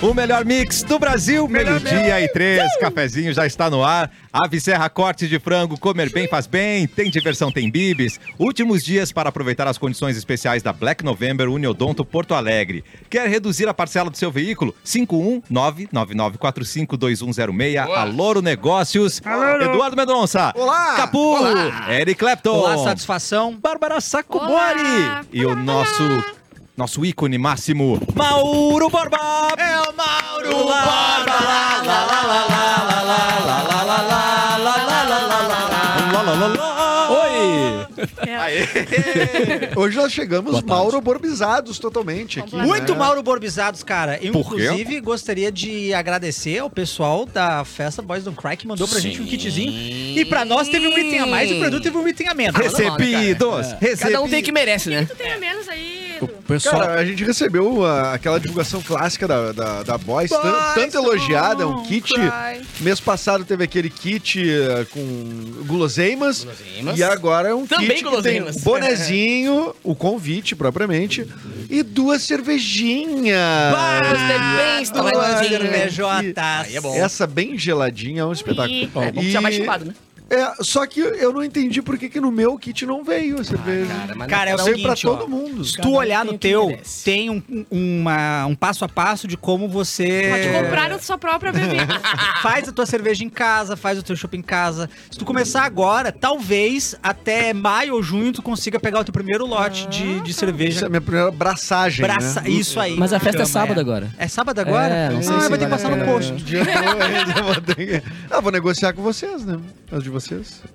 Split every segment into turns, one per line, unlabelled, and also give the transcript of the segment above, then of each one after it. O melhor mix do Brasil, meio-dia e três. Cafezinho já está no ar. Ave Serra Corte de Frango, comer bem faz bem. Tem diversão, tem bibis. Últimos dias para aproveitar as condições especiais da Black November Uniodonto Porto Alegre. Quer reduzir a parcela do seu veículo? 51999452106. Aloro Negócios. Eduardo Mendonça.
Olá.
Capu. Eric Clapton.
Olá, satisfação.
Bárbara Sacomori. E o nosso nosso ícone máximo, Mauro Borba. É o Mauro Borba.
Oi!
Hoje nós chegamos Mauro Borbizados totalmente aqui.
Completo.
Muito
né?
Mauro Borbizados, cara. Eu,
Por quê?
inclusive, gostaria de agradecer ao pessoal da festa Boys Don't Cry que mandou pra gente um kitzinho. E pra nós teve um item a mais e o produto teve um item a menos.
Recebidos.
Cada um tem o que
recebidos.
merece, né?
Tu tem a menos aí.
O
Edu.
pessoal.
Cara, a gente recebeu ah, aquela divulgação clássica da, da, da Boys, tan-
Boys
tanto elogiada, um
Don't
kit.
Cry.
Mês passado teve aquele kit ah, com guloseimas,
Guloseimas.
E agora é um
Também
kit que tem
guloseimas.
bonezinho, o convite propriamente, e duas cervejinhas.
Parabéns,
Toma
Olha
Tomás.
mais
aqui.
cervejotas.
Aí é bom.
Essa bem geladinha é um espetáculo.
Ih,
É bom que já vai chupado, né?
É, só que eu não entendi por que, que no meu kit não veio a cerveja.
mas
Cara, é o
veio pra
seguinte, ó.
todo mundo.
Se
Cada
tu
um
olhar
tem
no
o que
teu,
merece.
tem um, um- uma- um passo a passo de como você
Pode comprar a sua própria bebida.
faz a tua cerveja em casa, faz o teu chopp em casa. Se tu começar agora, talvez até maio ou junho tu consiga pegar o teu primeiro lote de,
Ah.
de
Isso é
cerveja.
a minha primeira abraçagem.
Braça,
né?
isso aí.
Mas a festa é
Cama,
sábado agora.
É sábado agora?
É, não sei
ah,
se
vai ter
vale
que passar
a
no
pena.
post.
De novo, ainda vou ter que- Ah, vou negociar com vocês, né? As de vocês.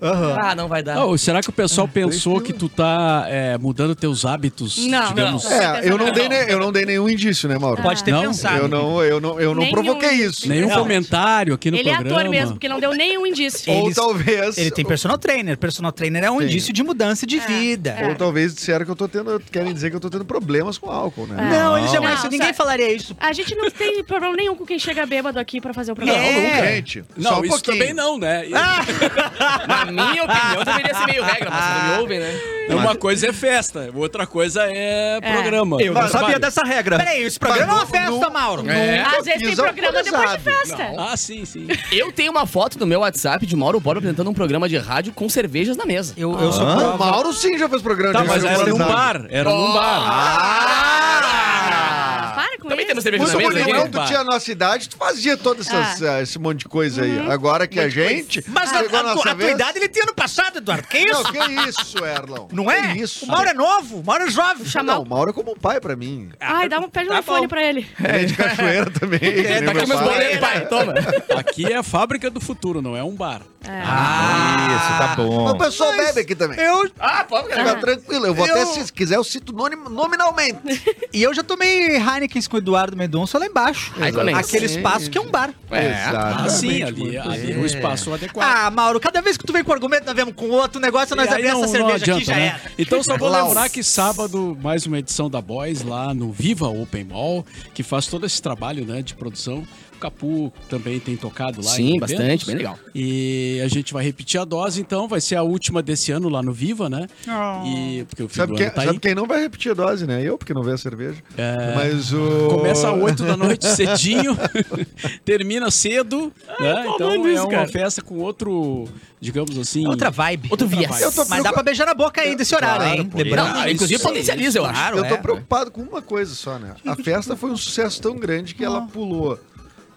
Ah, não vai
Tá.
dar.
Ah, ou será que o
É.
pessoal pensou que tu tá é, mudando teus hábitos?
Não.
digamos?
Não.
tá
É, eu não, dei, ne- eu não dei nenhum indício, né, Mauro?
Pode ter
Não,
pensado.
Eu não, eu não, eu não
Nenhum.
provoquei isso.
Nenhum
Não.
comentário aqui no
Ele é
programa.
ator mesmo, porque não deu nenhum indício.
Ou
Eles-
talvez.
Ele tem personal trainer. Personal trainer é um
Tem.
indício de mudança
É.
de vida.
Ou talvez disseram que eu tô tendo. Querem dizer que eu tô tendo problemas com álcool, né?
É. Não, ele jamais.
Não,
ninguém
sabe-
falaria isso.
A gente não tem problema nenhum com quem chega bêbado aqui pra fazer o programa.
É.
Não, gente.
Não,
só um
isso
pouquinho.
também não, né?
Ah!
Na minha opinião, deveria ser meio regra, mas vocês não me ouvem, né?
Uma coisa é festa, outra coisa é programa.
Eu não sabia
dessa regra.
Peraí, esse programa é uma
Mas não-
festa,
não-
Mauro.
É.
Às vezes tem
Fiz
programa depois de
alcoolizado.
festa.
Ah, sim, sim.
Eu tenho uma foto no meu WhatsApp de Mauro Borba apresentando um programa de rádio com cervejas na mesa.
Eu, eu sou
Ah.
Não,
prova.
o Mauro sim já fez programa
é Tá,
de
mas era num
alcoolizado.
bar, era num bar.
Ah, para com
Também
isso.
temos cerveja
Muito
na mesa aqui,
bonito,
né?
não, tu tinha a nossa idade, tu fazia todo essas, ah, Uhum. esse monte de coisa aí. Agora que a gente.
Mas a,
chegou
a tua,
nossa
a tua
vez-
idade ele tem ano passado, Eduardo. Que isso?
Não, que isso, Erlon.
Não é?
Que isso.
O Mauro é novo, o Mauro é jovem.
Não, o Mauro é como um pai pra mim.
Ai, dá um, pede um
Tá
iPhone
bom.
pra ele.
É, de cachoeira também.
É,
que nem
Tá aqui
meu
meus
pai.
boletos, pai, toma.
Aqui é a fábrica do futuro, não é um bar.
Isso, tá
Mas o
bom.
pessoal bebe aqui também.
Eu,
Ah, pode,
Fica
cara.
tranquilo, eu vou
Eu-
até, se quiser, eu cito nonim- nominalmente.
e eu já tomei Heineken com o Eduardo Mendonça lá embaixo.
Exatamente.
Aquele espaço que é um bar.
Exato.
Ah, sim, ali, ali é o espaço adequado.
Ah, Mauro, cada vez que tu vem com argumento, nós vemos com outro. O negócio é nós
E aí
abrir essa
não- não
cerveja aqui
adianta,
já
né?
era.
Então só vou
Laus.
lembrar que sábado mais uma edição da Boys lá no Viva Open Mall, que faz todo esse trabalho, né, de produção. O Capu também tem tocado lá.
Sim,
em
bastante,
eventos.
bem legal.
E a gente vai repetir a dose, então vai ser a última desse ano lá no Viva, né? E porque o fim
Sabe
do
quem,
ano tá
sabe
aí.
quem não vai repetir a dose, né? Eu, porque não veio a cerveja.
É.
Mas o.
Começa às 8 da noite cedinho, termina cedo,
Ah,
né? Então é uma festa com outro, digamos assim.
Outra vibe.
Outro viés.
vibe.
Eu tô
Mas dá pra beijar na boca ainda esse horário,
Claro,
hein?
pô.
Lembrando.
Não, inclusive potencializa, eu acho. né,
Ah,
Claro,
Eu tô
é.
preocupado com uma coisa só, né? A festa foi um sucesso tão grande que
Ah.
ela pulou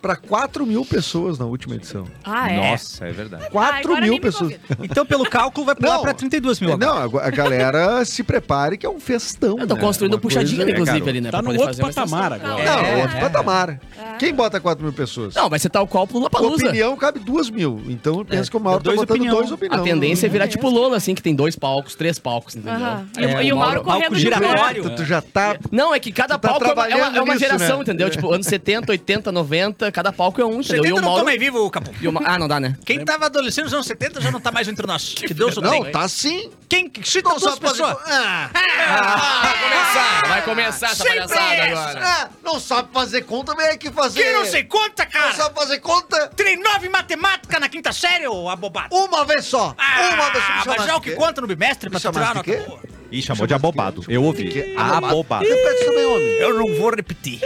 pra 4 mil pessoas na última edição.
Ah, é.
Nossa, é verdade.
4
agora nem
mil
me
pessoas.
convida.
Então, pelo cálculo, vai pular
Não.
pra 32 mil agora.
Não, agora a galera se prepare que é um festão.
Eu tô
né?
construindo
Uma
um puxadinho,
coisa-
inclusive,
cara,
ali, né?
Tá
pra
num
poder
outro
fazer, mas tá
patamar
certo.
agora.
Não,
É,
outro
é.
patamar. Quem bota 4 mil pessoas?
Não, vai ser tal qual pro Lollapalooza.
Opinião cabe duas mil. Então eu penso que o Mauro tá
É dois
botando
opinião.
dois opinião.
A tendência é virar tipo Lola, assim, que tem dois palcos, três palcos, entendeu?
Aham. E,
É,
o- e o Mauro correndo de
giratório.
fora.
Tu, tu já tá.
Não, é que cada
Tu tá
palco é uma- é uma,
trabalhando
é uma
nisso,
geração,
né?
entendeu? Tipo, anos 70, 80, 90, cada palco é um, entendeu?
70
E
eu
o
não tô
Mauro...
mais vivo, Capu.
e o Ma- Ah, não dá, né?
Quem tava adolescente nos anos 70 já não tá mais entre nós. Que Deus o
Não,
tenha.
tá sim.
Quem cita
Não,
duas
só pode-
pessoas? ah,
Ah,
Vai começar, vai começar essa
Sempre
palhaçada
essa.
agora.
ah, não sabe fazer conta, mas é que fazer.
Quem ah, não sei conta,
Não
cara?
sabe fazer conta
Tirei nove em matemática na quinta série, ô abobado.
uma vez só. Um- uma vez só. Me
Ah, mas
chamaste
já o que
quê?
conta no bimestre pra
Me
tu tirar a
chamaste de
nota
quê?
boa.
E chamou de abobado. Eu ouvi. Ah,
Que-
Abobado.
Repete também, homem.
Eu não vou repetir.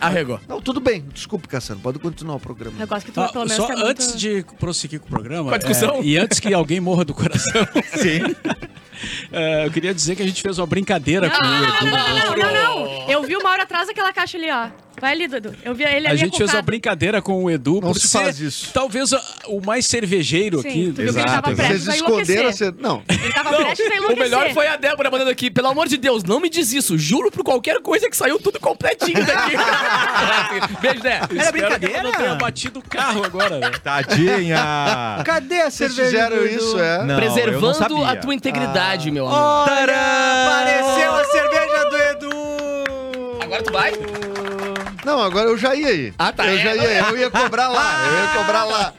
Arregou.
Não, tudo bem. Desculpa, Cassiano. Pode continuar o programa.
É,
Eu gosto que tu,
Tá,
pelo menos,
só
tá muito-
antes de prosseguir com o programa.
Com a discussão?
é, e antes que alguém morra do coração,
Sim.
é, eu queria dizer que a gente fez uma brincadeira
Não,
com o
não,
Edu.
não, não, não, não. Eu vi uma hora atrás aquela caixa ali, ó. Vai ali, Dudu. Eu vi ele ali.
A gente fez uma
acoplado.
brincadeira com o Edu
Não
por
se
ser
faz isso.
talvez a- o mais cervejeiro
Sim,
aqui.
tu viu que ele
Exato,
tava
exato.
prestes
Tá Vocês
a
esconderam a ser...
enlouquecer.
Não.
Ele tava prestes a
O
enlouquecer.
melhor foi a Débora mandando aqui, pelo amor de Deus, não me diz isso. Juro por qualquer coisa que saiu tudo completinho daqui. Beijo, Dé.
Era
Espero que ela
brincadeira?
não tenha batido o carro agora. né?
Tadinha!
Cadê a
Vocês
cerveja?
fizeram
Dudu?
isso, é.
Não, eu não
Preservando
sabia.
a tua integridade, meu amor.
Olha,
Tcharam!
apareceu assim, a cerveja do Edu!
Agora tu vai? É
Não, agora eu já ia aí.
Ah, tá,
Eu
é,
já
não
ia, eu ia cobrar lá, eu ia cobrar lá.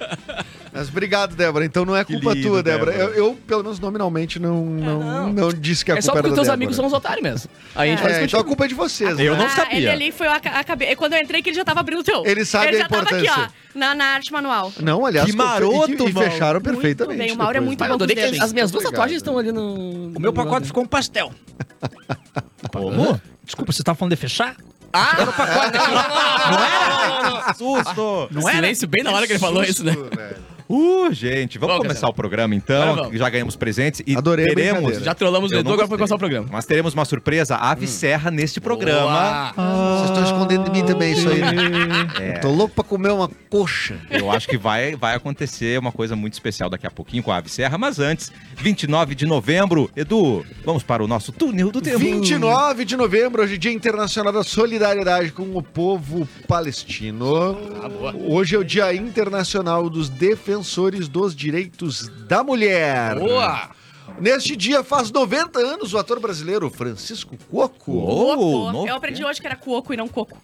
Mas obrigado, Débora. Então não é
Que
culpa
lindo,
tua, Débora.
Débora.
Eu, eu, pelo menos nominalmente, não, não,
É, não.
não. disse que a
É
culpa
só
era
porque
da
teus
Débora.
amigos são os otários mesmo. Aí a gente
É,
pode
É, então
continuar.
a culpa é de vocês,
Eu
né?
não
Ah,
sabia.
Ele ali foi, eu ac- acabei. Quando eu entrei, que ele já tava abrindo o teu.
Ele sabe
ele
a
já tava aqui,
importância.
ó, na, na arte manual.
Não, aliás,
Que
confe-
maroto,
e, que- e
Mauro.
fecharam
Muito
perfeitamente.
bem, o Mauro é
depois,
muito
Mas
né?
eu adorei que
Sim,
as minhas duas
obrigado.
tatuagens estão ali no.
O meu pacote ficou um pastel.
Como?
Desculpa, você tava falando de fechar?
Ah! Era o pacote
Susto!
Não Silêncio bem na hora que ele falou isso, né?
Uh, gente, vamos
Vamos,
começar o programa
Agora
então.
vamos.
que Já ganhamos presentes e
Adorei a
teremos.
brincadeira.
Já trollamos o
Eu
Edu,
não
agora
gostei.
foi começar o programa.
Nós teremos uma surpresa, a Ave Serra, neste programa.
Boa.
Vocês estão escondendo de mim também isso aí. né?
É.
Tô louco pra comer uma coxa.
Eu acho que vai, vai acontecer uma coisa muito especial daqui a pouquinho com a Ave Serra, mas antes, 29 de novembro, Edu, vamos para o nosso túnel do tempo.
29 de novembro, hoje é Dia Internacional da Solidariedade com o Povo Palestino.
boa.
Hoje é o Dia Internacional dos Defensores dos Direitos da Mulher.
Boa!
Neste dia faz 90 anos o ator brasileiro Francisco Coco.
Uou,
Coco.
novo.
Eu aprendi hoje que era cuoco e não coco.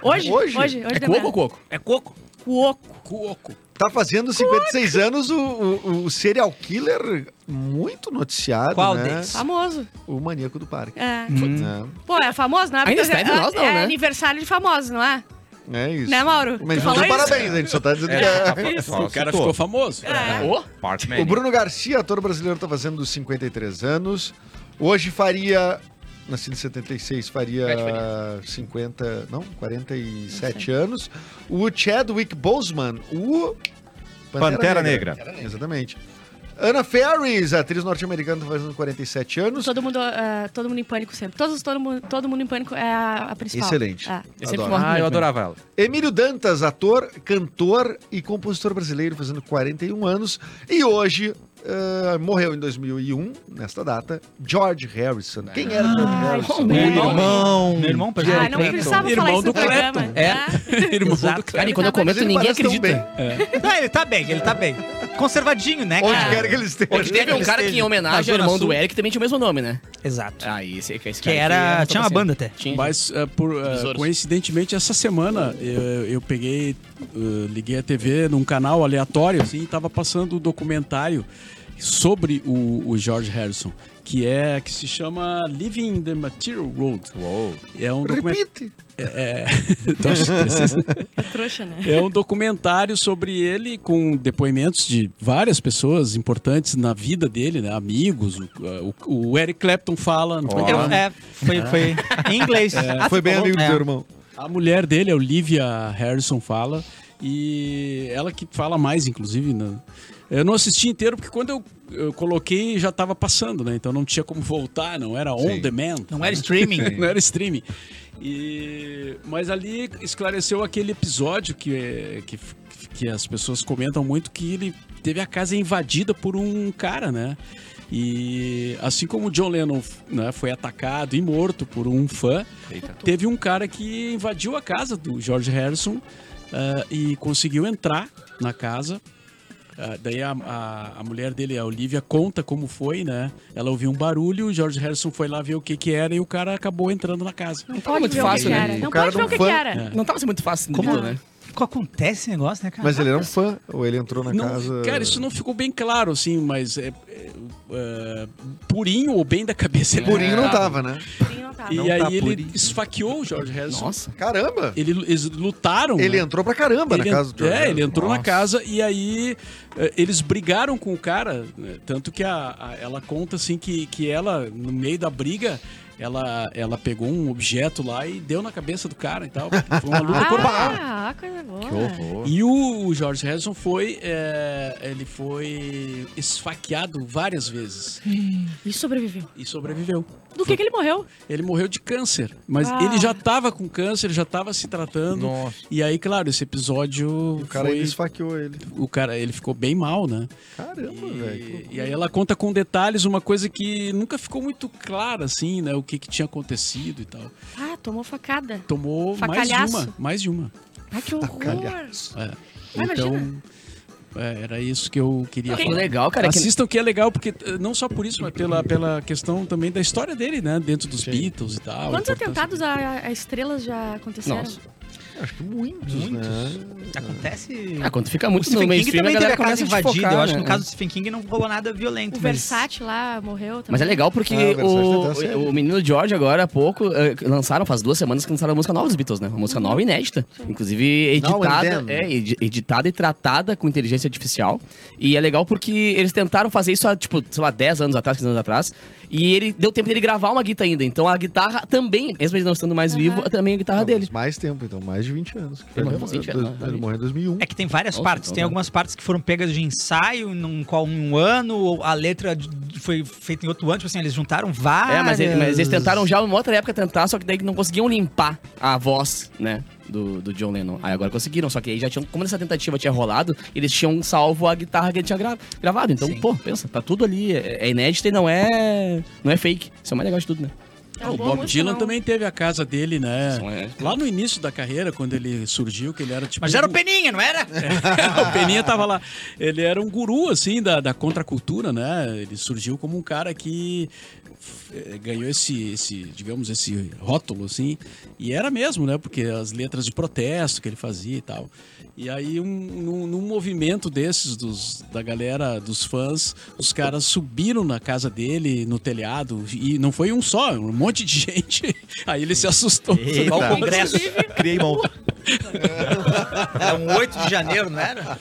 Hoje?
Hoje?
Hoje? Hoje,
É
de
coco
manhã.
ou coco?
É coco?
Cuoco.
Cuoco.
Tá fazendo 56 anos o, o- o serial killer muito noticiado,
Qual
né?
deles?
Famoso.
O maníaco do parque.
É.
né?
Pô, é famoso, não é?
Ainda
Porque
está entre
é-
nós, não,
é
né?
aniversário de famosos, não é?
É isso.
Né, Mauro?
Mas não
Tu
deu
falou isso?
parabéns, a gente só tá dizendo
É,
que é.
tá né? fa- só
O cara
citou.
ficou famoso.
É.
Ô,
Parkman.
O Bruno Garcia, ator brasileiro, tá fazendo 53 anos. Hoje faria. Nascido em 76, faria
Pede
50. Não, 47 anos. O Chadwick Boseman, o.
Pantera Negra.
Exatamente. Ana Ferris, atriz norte-americana, tá fazendo 47 anos.
Todo mundo, é, todo mundo em pânico sempre. Todos, todo, mundo, todo mundo em pânico é a, a principal.
Excelente.
É.
eu sempre
Adoro.
morro.
Ah, eu adorava ela.
Emílio Dantas, ator, cantor e compositor brasileiro, fazendo 41 anos. E hoje, eh, morreu em 2001, nesta data, George Harrison. Quem era George
Ah,
Harrison?
meu irmão.
Meu irmão,
Ah, não precisava
Irmão
falar isso
do
no programa.
Clapton.
É.
Irmão
Exato.
do
Cara,
cara.
e quando eu
Mas
comento,
ele
ninguém
parece tão
acredita.
bem.
Não, ele tá bem, ele tá bem. Conservadinho, né?
Onde
cara?
quer que ele esteja.
Hoje teve um cara que, em homenagem ao
Na Tá, Zona
irmão do
Sul.
Eric, também tinha o mesmo nome, né?
Exato.
Ah, esse, esse
Que era. é Tinha uma banda até.
Tinha.
Mas, eh, por, eh,
Besouros.
coincidentemente, essa semana eh, eu, peguei, eh, liguei a TV num canal aleatório assim, e tava passando o documentário sobre o, o George Harrison, que é que se chama Living the Material World.
Uou.
É um documentário.
Repite.
É, é... Então, precisa-
Trouxa, né?
É um documentário sobre ele com depoimentos de várias pessoas importantes na vida dele, né? Amigos. O, o- o Eric Clapton fala. não foi
Ó.
que
Eu-
lá.
é, foi, foi em inglês. Ah,
tá
Foi
tu
bem
falou?
amigo do
É.
teu irmão.
A mulher dele, a Olivia Harrison, fala. E ela que fala mais, inclusive. né? Eu não assisti inteiro, porque quando eu, eu coloquei já estava passando, né? Então não tinha como voltar, não era on demand.
Não era streaming.
não era streaming. E, mas ali esclareceu aquele episódio que, é- que, f- que as pessoas comentam muito que ele teve a casa invadida por um cara, né? E assim como o John Lennon né, foi atacado e morto por um fã, teve um cara que invadiu a casa do George Harrison ah, e conseguiu entrar na casa. Ah, daí a, a, a mulher dele, a Olivia, conta como foi, né? Ela ouviu um barulho, o George Harrison foi lá ver o que que era e o cara acabou entrando na casa.
Não
tava
pode
muito
ver
fácil,
o que
né? É.
que era.
O
Não
cara é um
pode ver
não
o que
foi-
que era.
Não tava sendo muito fácil
Como-
lido, né?
Acontece esse negócio, né, cara?
é- Mas ele era um fã, ou ele entrou na
tá. Não,
casa.
Cara, isso não ficou bem claro, assim, mas é, eh, eh, purinho ou bem da cabeça. ele
Purinho não tava, né?
Sim, não tá.
E
Não
aí
tá
ele
purinho.
esfaqueou o George Harrison.
Nossa.
Caramba!
Ele- eles lutaram.
Ele
né?
entrou pra caramba
Ele
na casa
en-
do George
É, ele
Harrison.
entrou na
Nossa.
casa e aí eh, eles brigaram com o cara, né? tanto que a, a- ela conta assim que, que ela, no meio da briga, ela, ela pegou um objeto lá e deu na cabeça do cara e tal. Foi uma luta corporal.
Ah, coisa boa.
E o George Harrison foi, eh, ele foi esfaqueado várias vezes
E sobreviveu.
e sobreviveu.
Do que que ele morreu?
Ele morreu de câncer, mas
Ah.
ele já estava com câncer, já estava se tratando.
Nossa.
E aí, claro, esse episódio
O cara
foi
ele esfaqueou ele.
o cara, ele ficou bem mal, né?
Caramba, velho.
E, Ah, e aí ela conta com detalhes uma coisa que nunca ficou muito clara, assim, né? O que, que tinha acontecido e tal.
Ah, tomou facada.
Tomou
Facalhaço.
mais de uma, mais de uma.
Ah,
Tá
que horror.
Facalhaço.
É.
Ah,
então,
imagina.
é, era isso que eu queria
Que
falar.
legal, cara. Que...
Assistam que é legal, porque eh, não só por isso, mas pela, pela questão também da história dele, né? Dentro dos Beatles e tal.
Quantos
a importância-
atentados a, a estrelas já aconteceram?
Nossa.
Acho que muitos, né?
É. Acontece.
Ah, quando fica
O
muito no
Stephen King
mainstream, a
também teve
galera
a casa
começa a
invadida.
focar,
eu acho que
né?
no caso do Stephen King não rolou nada violento.
O
mas-
Versace lá morreu também.
Mas é legal porque
Ah, Versace tá até sério.
o, o menino George, agora há pouco, eh, lançaram, faz duas semanas que lançaram a música nova dos Beatles, né? Uma música nova e inédita. Inclusive
Now and
editada,
then.
é, edi- editada e tratada com inteligência artificial. E é legal porque eles tentaram fazer isso há, tipo, sei lá, 10 anos atrás, 15 anos atrás. E ele deu tempo dele gravar uma guitarra ainda. Então a guitarra também, mesmo ele não estando mais vivo, também é a guitarra
Não,
dele.
mas Mais tempo, então, mais de 20 anos. Que foi
mais
ele-
de 20
dois- um.
anos, né?
Ele morreu em 2001.
É que tem várias
Nossa,
partes.
então
tem
dá.
algumas partes que foram pegas de ensaio num qual um ano, ou a letra de- de- foi feita em outro ano, tipo assim, eles juntaram várias.
É, mas, ele- mas eles tentaram já em uma outra época tentar, só que daí não conseguiam limpar a voz, né? Do, do John Lennon. Aí agora conseguiram, só que aí já tinham. Como essa tentativa tinha rolado, eles tinham salvo a guitarra que ele tinha gra- gravado. Então,
Sim.
pô, pensa, tá tudo ali. É, é inédito e não é. Não é fake. Isso é o mais legal de tudo, né?
É
Ah,
uma
o
boa
Bob
música,
Dylan
não.
também teve a casa dele, né?
Isso é-
Lá no início da carreira, quando ele surgiu, que ele era tipo.
Mas já era
um
o Peninha, não era?
É.
o Peninha tava lá. Ele era um guru, assim, da, da contracultura, né? Ele surgiu como um cara que eh, ganhou esse, esse, digamos, esse rótulo, assim. E era mesmo, né? Porque as letras de protesto que ele fazia e tal. E aí, um, num, num movimento desses, dos, da galera, dos fãs, os caras subiram na casa dele, no telhado. E não foi um só, um monte de gente. Aí ele se assustou.
Igual o Congresso.
Criei mão.
Era um 8 de janeiro, não era?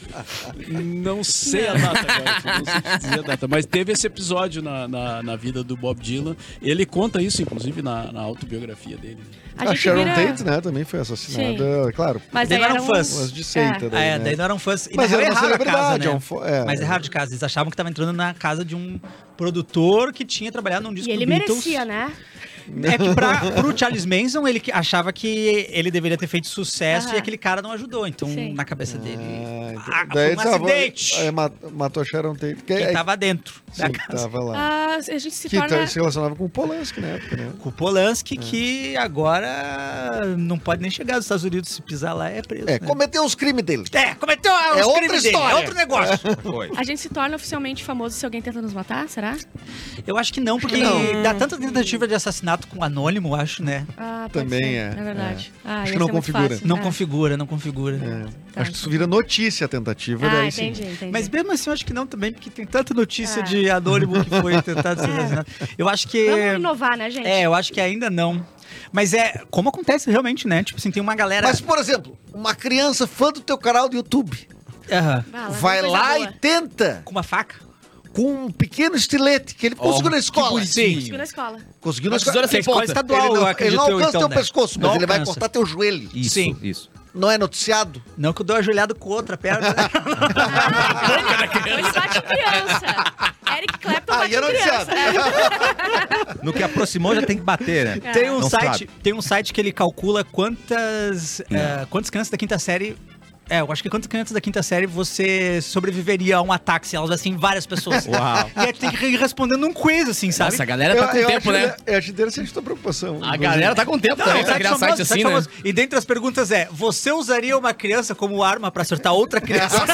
Não sei a data, agora, não sei te dizer a data, mas teve esse episódio na, na, na vida do Bob Dylan. Ele conta isso, inclusive, na, na autobiografia dele.
A,
A,
gente
Sharon
vira...
Tate, né, também foi assassinada, claro.
Mas
Daí
aí
não
era
eram
um...
fãs.
Umas de seita.
Ah,
daí,
é,
né?
daí não eram fãs. E
Mas
não
era uma
erraram a casa,
celebridade.
né?
é um fo- é.
Mas erraram de casa. Eles achavam que tava entrando na casa de um produtor que tinha trabalhado num disco
E ele
do Beatles.
merecia, né?
É que pra, pro Charles Manson, ele que- achava que ele deveria ter feito sucesso
Aham.
e aquele cara não ajudou. Então,
Sim.
na cabeça dele,
Ah, então-
ah,
daí
foi um
eles- ah, vou-
acidente.
é, mat- matou a Sharon Tate. Que,
Quem
é,
tava dentro da
sim,
casa.
tava lá.
Ah, a gente se
que
torna...
tá- se relacionava com o Polanski na época, né?
Com o Polanski, que agora não pode nem chegar nos Estados Unidos. Se pisar lá, é preso.
É,
né?
cometeu os crimes dele.
Tá,
É, cometeu os
outra
crimes dele,
história.
é outro negócio.
Foi.
A gente se torna oficialmente famoso se alguém tenta nos matar, será?
Eu acho que não, porque dá tanta tentativa de assassinato com anônimo, acho, né?
Ah, pode
Também
ser,
é,
É verdade. Ah,
Acho
ia
que não
ser muito
configura.
fácil.
Não
É.
configura, não configura.
É.
Tá.
Acho que isso vira notícia a tentativa,
Ah,
daí sim.
entendi, entendi.
Mas mesmo assim, eu acho que não também, porque tem tanta notícia
É.
de anônimo que foi tentado ser assassinado. Eu acho que...
Vamos inovar, né, gente?
É, eu acho que ainda não. Mas é como acontece realmente, né? Tipo assim, tem uma galera.
Mas, por exemplo, uma criança fã do teu canal do YouTube
Aham.
Vai lá,
vai
coisa
lá
boa.
e tenta
Com uma faca.
com um pequeno estilete que ele conseguiu na escola.
Segura na escola.
Conseguiu na
Uma
escola.
tesoura sem
Ele
escola
ponta.
não-
estadual,
ele
eu
não,
acredito eu,
alcança
então,
teu
né?
pescoço, mas
Não
ele vai
alcança.
cortar teu joelho.
Isso,
Sim.
isso.
Não é noticiado?
Não que eu dou ajoelhado com outra perna.
Então ele bate criança. Eric Clapton
Ah,
bate
e eu não
criança. É.
No que aproximou já tem que bater, né?
tem, um
Não
site,
sabe.
tem um site que ele calcula quantas. eh, quantas crianças da quinta série. É, eu acho que quantas crianças da quinta série você sobreviveria a um ataque se elas assim várias pessoas.
Uau.
E aí tu tem que ir respondendo um quiz, assim, sabe?
Nossa, a galera tá com tempo,
acho, é,
né?
Eu acho interessante a tua preocupação.
A galera tá com tempo
Não, é
também
um
pra
site
criar
famoso,
site
site
assim, né?
famoso. E dentre as perguntas é: você usaria uma criança como arma pra acertar outra criança?
Pega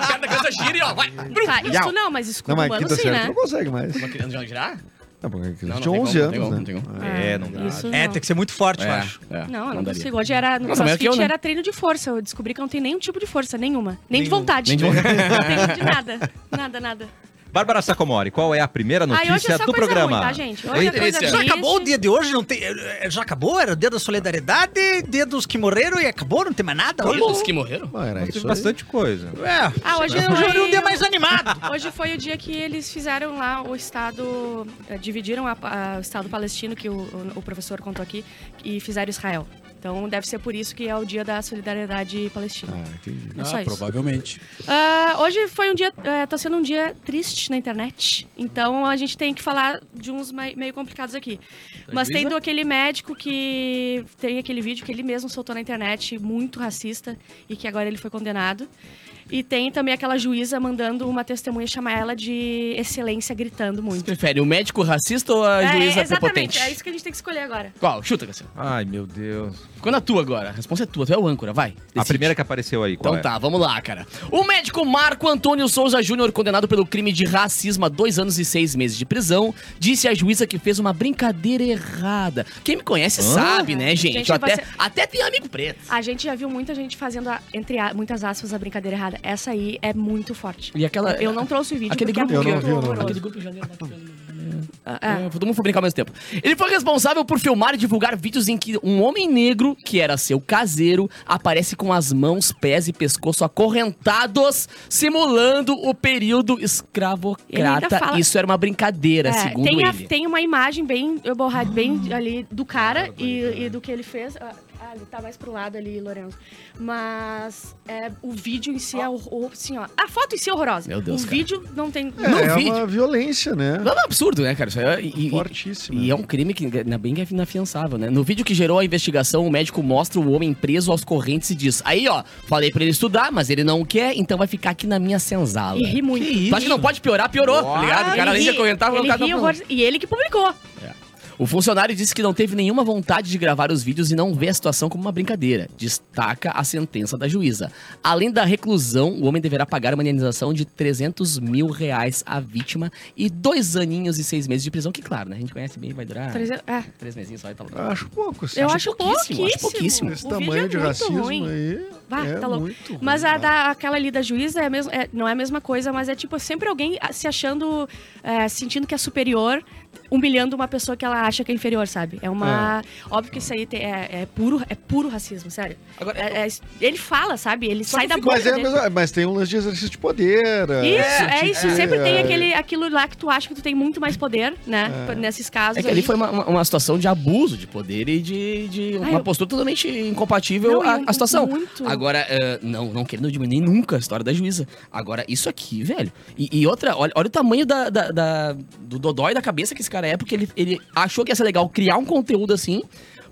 né? a perna, cansa, gira e ó, vai.
Tá, isso não, mas isso com
Não, mas tá
humano
quinta
sim,
série tu
né?
não consegue mais. Ah,
Uma criança já girar?
Não, porque a
Não,
criança
não
tinha 11
tem como, não tem
anos,
como,
né?
não tem como.
É, não dá.
Isso
é,
não.
tem que ser muito forte, eu
É.
acho.
É,
Não, eu não,
daria.
consigo. Hoje era no
Nossa, mas é que
crossfit,
eu, né?
era treino de força. Eu descobri que eu não tenho nenhum tipo de força, nenhuma. Nem de
Nenhum.
Nem
vontade.
de
Não tenho de nada. Nada, nada.
Bárbara Sacomori, qual é a primeira
hoje é
notícia
só
do
coisa
programa?
ruim, tá, gente? Hoje é
Eita,
coisa
Já
triste.
acabou o dia de hoje? Não tem, eh, eh, já acabou? Era o dia da solidariedade, dia dos que morreram e acabou? Não tem mais nada hoje?
Todos que morreram?
Bom, Ah, era
teve
isso aí.
bastante coisa.
É,
Ah, hoje
hoje
foi
era um dia
o-
mais animado.
Hoje foi o dia que eles fizeram lá o Estado. eh, Dividiram a- a- o Estado palestino, que o, o- o professor contou aqui, e fizeram Israel. Então deve ser por isso que é o dia da solidariedade palestina.
Ah, entendi.
É só
Ah,
isso.
provavelmente.
Ah, hoje foi um dia. eh, tá sendo um dia triste na internet. Então a gente tem que falar de uns mai- meio complicados aqui.
Tá
Mas tem do aquele médico que tem aquele vídeo que ele mesmo soltou na internet, muito racista, e que agora ele foi condenado. E tem também aquela juíza mandando uma testemunha chamar ela de excelência, gritando
Você
muito.
prefere o médico racista ou a juíza
exatamente,
prepotente?
é isso que a gente tem que escolher agora.
Qual? Chuta, Cassiano.
Ai, meu Deus.
Ficou na tua agora. A resposta é tua. Tu é o âncora, vai.
A
Decide.
primeira que apareceu aí, qual
Então
é?
tá, vamos lá, cara. O médico Marco Antônio Souza Júnior, condenado pelo crime de racismo a dois anos e seis meses de prisão, disse à juíza que fez uma brincadeira errada. Quem me conhece sabe, né, gente?
Gente,
Eu até,
você-
até tem amigo preto.
A gente já viu muita gente fazendo, a- entre a- muitas aspas, a brincadeira errada. Essa aí é muito forte.
E aquela-
Eu não trouxe o vídeo
aquele
porque é
grupo que-
muito
Eu não vi, eu
não vi.
horroroso.
Aquele grupo já
Ah, ah.
É, todo mundo foi brincar ao mesmo tempo. Ele foi responsável por filmar e divulgar vídeos em que um homem negro, que era seu caseiro, aparece com as mãos, pés e pescoço acorrentados, simulando o período
Ele ainda
escravocrata.
fala-
Isso era uma brincadeira,
É,
segundo
tem, a-
ele.
tem uma imagem bem borrada, bem ali do cara
é.
e, e do que ele fez. Ah, ah, ele tá mais pro lado ali, Lourenço. Mas é, o vídeo em si é horror, assim, ó. A foto em si é horrorosa.
Meu Deus,
o
cara.
vídeo não tem.
É,
No
é
vídeo.
uma violência, né?
Não, é um absurdo, né, cara? Isso é, e, e-
Fortíssima.
e é um crime que ainda bem que é inafiançável, né? No vídeo que gerou a investigação, o médico mostra o homem preso aos correntes e diz: Aí, ó, falei pra ele estudar, mas ele não quer, então vai ficar aqui na minha senzala.
E ri muito. Ah,
Que
Tu acha que não pode piorar? Piorou, tá ligado? O
Ele
cara além de
ri-
acorrentar,
ele
o cara tá
ri
não-
horror- E ele que publicou.
O funcionário disse que não teve nenhuma vontade de gravar os vídeos e não vê a situação como uma brincadeira. Destaca a sentença da juíza. Além da reclusão, o homem deverá pagar uma indenização de 300 mil reais à vítima e dois aninhos e seis meses de prisão, que claro, né? A gente conhece bem, vai durar
Treze- é,
três mesinhos só e tá tal.
Acho pouco, assim.
eu
Acho
acho pouquíssimo.
pouquíssimo, acho pouquíssimo.
O
Esse
vídeo
tamanho
é
de
muito
racismo
ruim.
aí
Bah,
é
tá louco.
muito ruim,
Mas a
né?
da, aquela ali da juíza é mesmo, é- não é a mesma coisa, mas é tipo sempre alguém ah, se achando, eh, sentindo que é superior, humilhando uma pessoa que ela acha que é inferior, sabe? É uma. Óbvio que isso aí tem- é, é puro, é puro racismo, sério.
Agora,
É- é- ele fala, sabe? Ele sai da boca.
Mas, é a
dele.
mesma- mas tem um lance de exercício de poder. é-
Isso, é isso.
é,
Sempre tem
é.
aquele, aquilo lá que tu acha que tu tem muito mais poder, né? Nesses casos.
É que
aí.
ali foi uma, uma- uma situação de abuso de poder e de, de uma
Ah, eu-
postura totalmente incompatível
Não,
à,
e um-
à situação.
muito.
Agora, eh, não, não querendo diminuir nunca a história da juíza. Agora, isso aqui, velho. E, e outra, olha, olha o tamanho da, da- da- do dodói da cabeça que esse cara é, porque ele, ele achou que ia ser legal criar um conteúdo assim.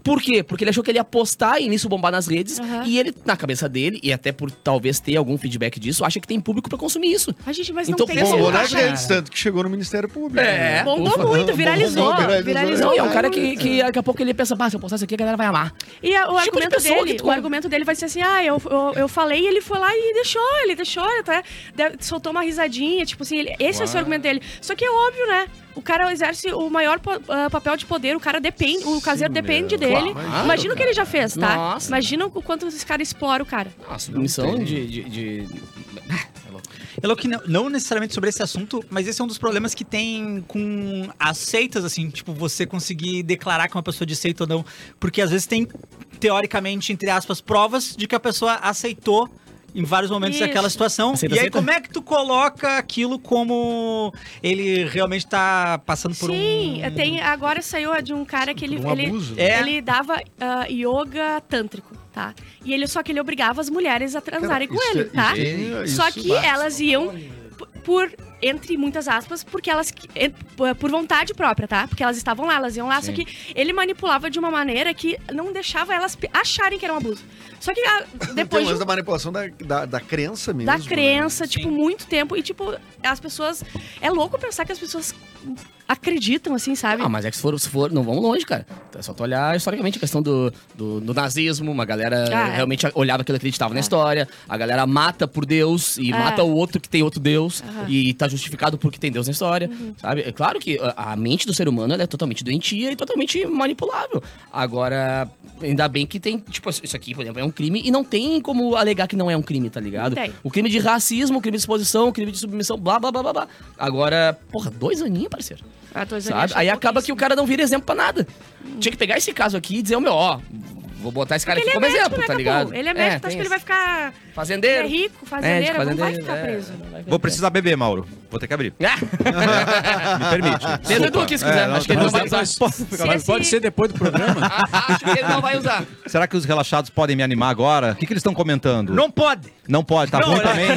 Por quê? Porque ele achou que ele ia postar e nisso bombar nas redes.
Aham.
E ele, na cabeça dele, e até por talvez ter algum feedback disso, acha que tem público pra consumir isso.
A gente, mas
Então
não tem
bombou
como
Bombou nas
achar.
cara.
redes, tanto que chegou no Ministério Público. né?
É.
Bombou
Ufa.
muito, viralizou.
Bombou, viralizou.
Viralizou.
Não, e é um cara
muito.
que, que daqui a pouco ele pensa, bah, se eu postar isso aqui, a galera vai amar.
E a- o
Tipo de
argumento
pessoa que
dele,
tu-
o argumento dele vai ser assim: ah, eu, eu, eu falei e ele foi lá e deixou, ele deixou, ele até de- soltou uma risadinha, tipo assim, ele- esse é o seu argumento dele. Só que é óbvio, né? O cara exerce o maior po- ah, papel de poder, o cara depende, o caseiro depende dele.
Claro,
Imagina o que ele já fez, tá?
Nossa.
Imagina o quanto esse cara explora o cara.
Ah, submissão de, de, de- Ah, é louco.
É louco que não, não necessariamente sobre esse assunto, mas esse é um dos problemas que tem com as seitas, assim, tipo, você conseguir declarar que uma pessoa é de seita ou não. Porque às vezes tem, teoricamente, entre aspas, provas de que a pessoa aceitou em vários momentos
Isso.
aquela situação.
Aceita,
e aí,
aceita?
como é que tu coloca aquilo como ele realmente tá passando por um.
Sim, tem, agora saiu a de um cara que ele.
um
ele
abuso,
né? É.
ele dava ah, yoga tântrico, tá? E ele só que ele obrigava as mulheres a transarem
é
com ele, é tá? Só que é, elas iam p- por entre muitas aspas, porque elas que- en- p- por vontade própria, tá? Porque elas estavam lá, elas iam lá, só
Sim.
que ele manipulava de uma maneira que não deixava elas pe- acharem que era um abuso. Só que ah, depois
Depois
de um-
da manipulação da, da, da crença mesmo.
da
né?
crença,
Sim.
tipo, muito tempo e tipo as pessoas é louco pensar que as pessoas acreditam, assim, sabe?
Ah, mas é que se for, se for, não vamos longe, cara. É só tu olhar historicamente a questão do, do, do nazismo, uma galera
Ah, é.
realmente olhava aquilo e acreditava na história, a galera mata por Deus e
É.
mata o outro que tem outro Deus
Aham. Uhum.
e tá justificado porque tem Deus na história, sabe? É claro que a- a mente do ser humano ela é totalmente doentia e totalmente manipulável. Agora, ainda bem que tem, tipo, isso aqui, por exemplo, é um crime e não tem como alegar que não é um crime, tá ligado?
Tem.
O crime de racismo, o crime de exposição, o crime de submissão, blá, blá, blá, blá, blá. Agora, porra, dois aninhos, parceiro.
Ah, tô exagerando,
Sabe? Aí
achei
acaba que Hum. o
pouquíssimo.
cara não vira exemplo pra nada. Tinha que pegar esse caso aqui e dizer, ô meu, ó, vou botar esse cara aqui
Ele é
como
médico,
exemplo,
né,
tá
Capu?
ligado?
Ele é médico, acho
tem
que ele vai
esse.
ficar... Ele é
Fazendeiro.
rico, fazendeiro,
médico,
não vai
fazendeiro,
ficar
é,
preso.
não vai
Vou
preso.
precisar beber, Mauro. Vou ter que abrir.
Ah,
Me permite.
Sendo
Desculpa.
Edu, se quiser.
não,
acho que ele não vai usar.
Mas pode-
Se
mas
esse-
Pode ser depois do programa?
Ah, Acho que ele não vai usar.
Será que os relaxados podem me animar agora? O que, que eles estão comentando?
Não pode.
Não pode, tá
Não,
bom
olha-
também?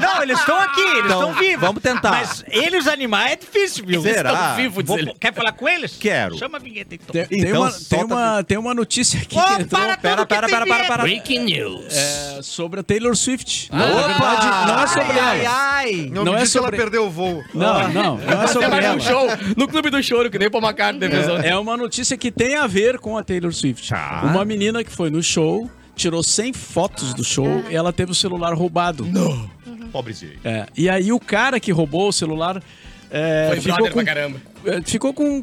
Não, eles estão aqui, eles
Então,
estão vivos.
vamos tentar.
Mas eles animar é difícil, viu?
Será?
Estão vivos, diz
Vou-
ele. Quer falar com eles?
Quero.
Chama a vinheta então.
Tem, tem
Então,
uma,
solta
tem, uma, tem uma notícia aqui
Oh,
que entrou
para
Pera,
tudo que
pera,
tem
pera, para, para.
Breaking news.
é, sobre a Taylor Swift.
Ah,
Na verdade, não é sobre ela.
Ai, ai.
Não,
Não
me
é
diz que
sobre-
ela perdeu o voo.
Não, não, não é sobre
Até mais
ela.
um show, no Clube do Choro, que nem o Paul McCartney fez ontem.
É uma notícia que tem a ver com a Taylor Swift.
Tá.
Uma menina que foi no show, tirou 100 fotos do show
Ah.
e ela teve o celular roubado.
Pobrezinho.
É, e aí o cara que roubou o celular é,
Foi
ficou,
brother
com,
pra caramba.
é, ficou com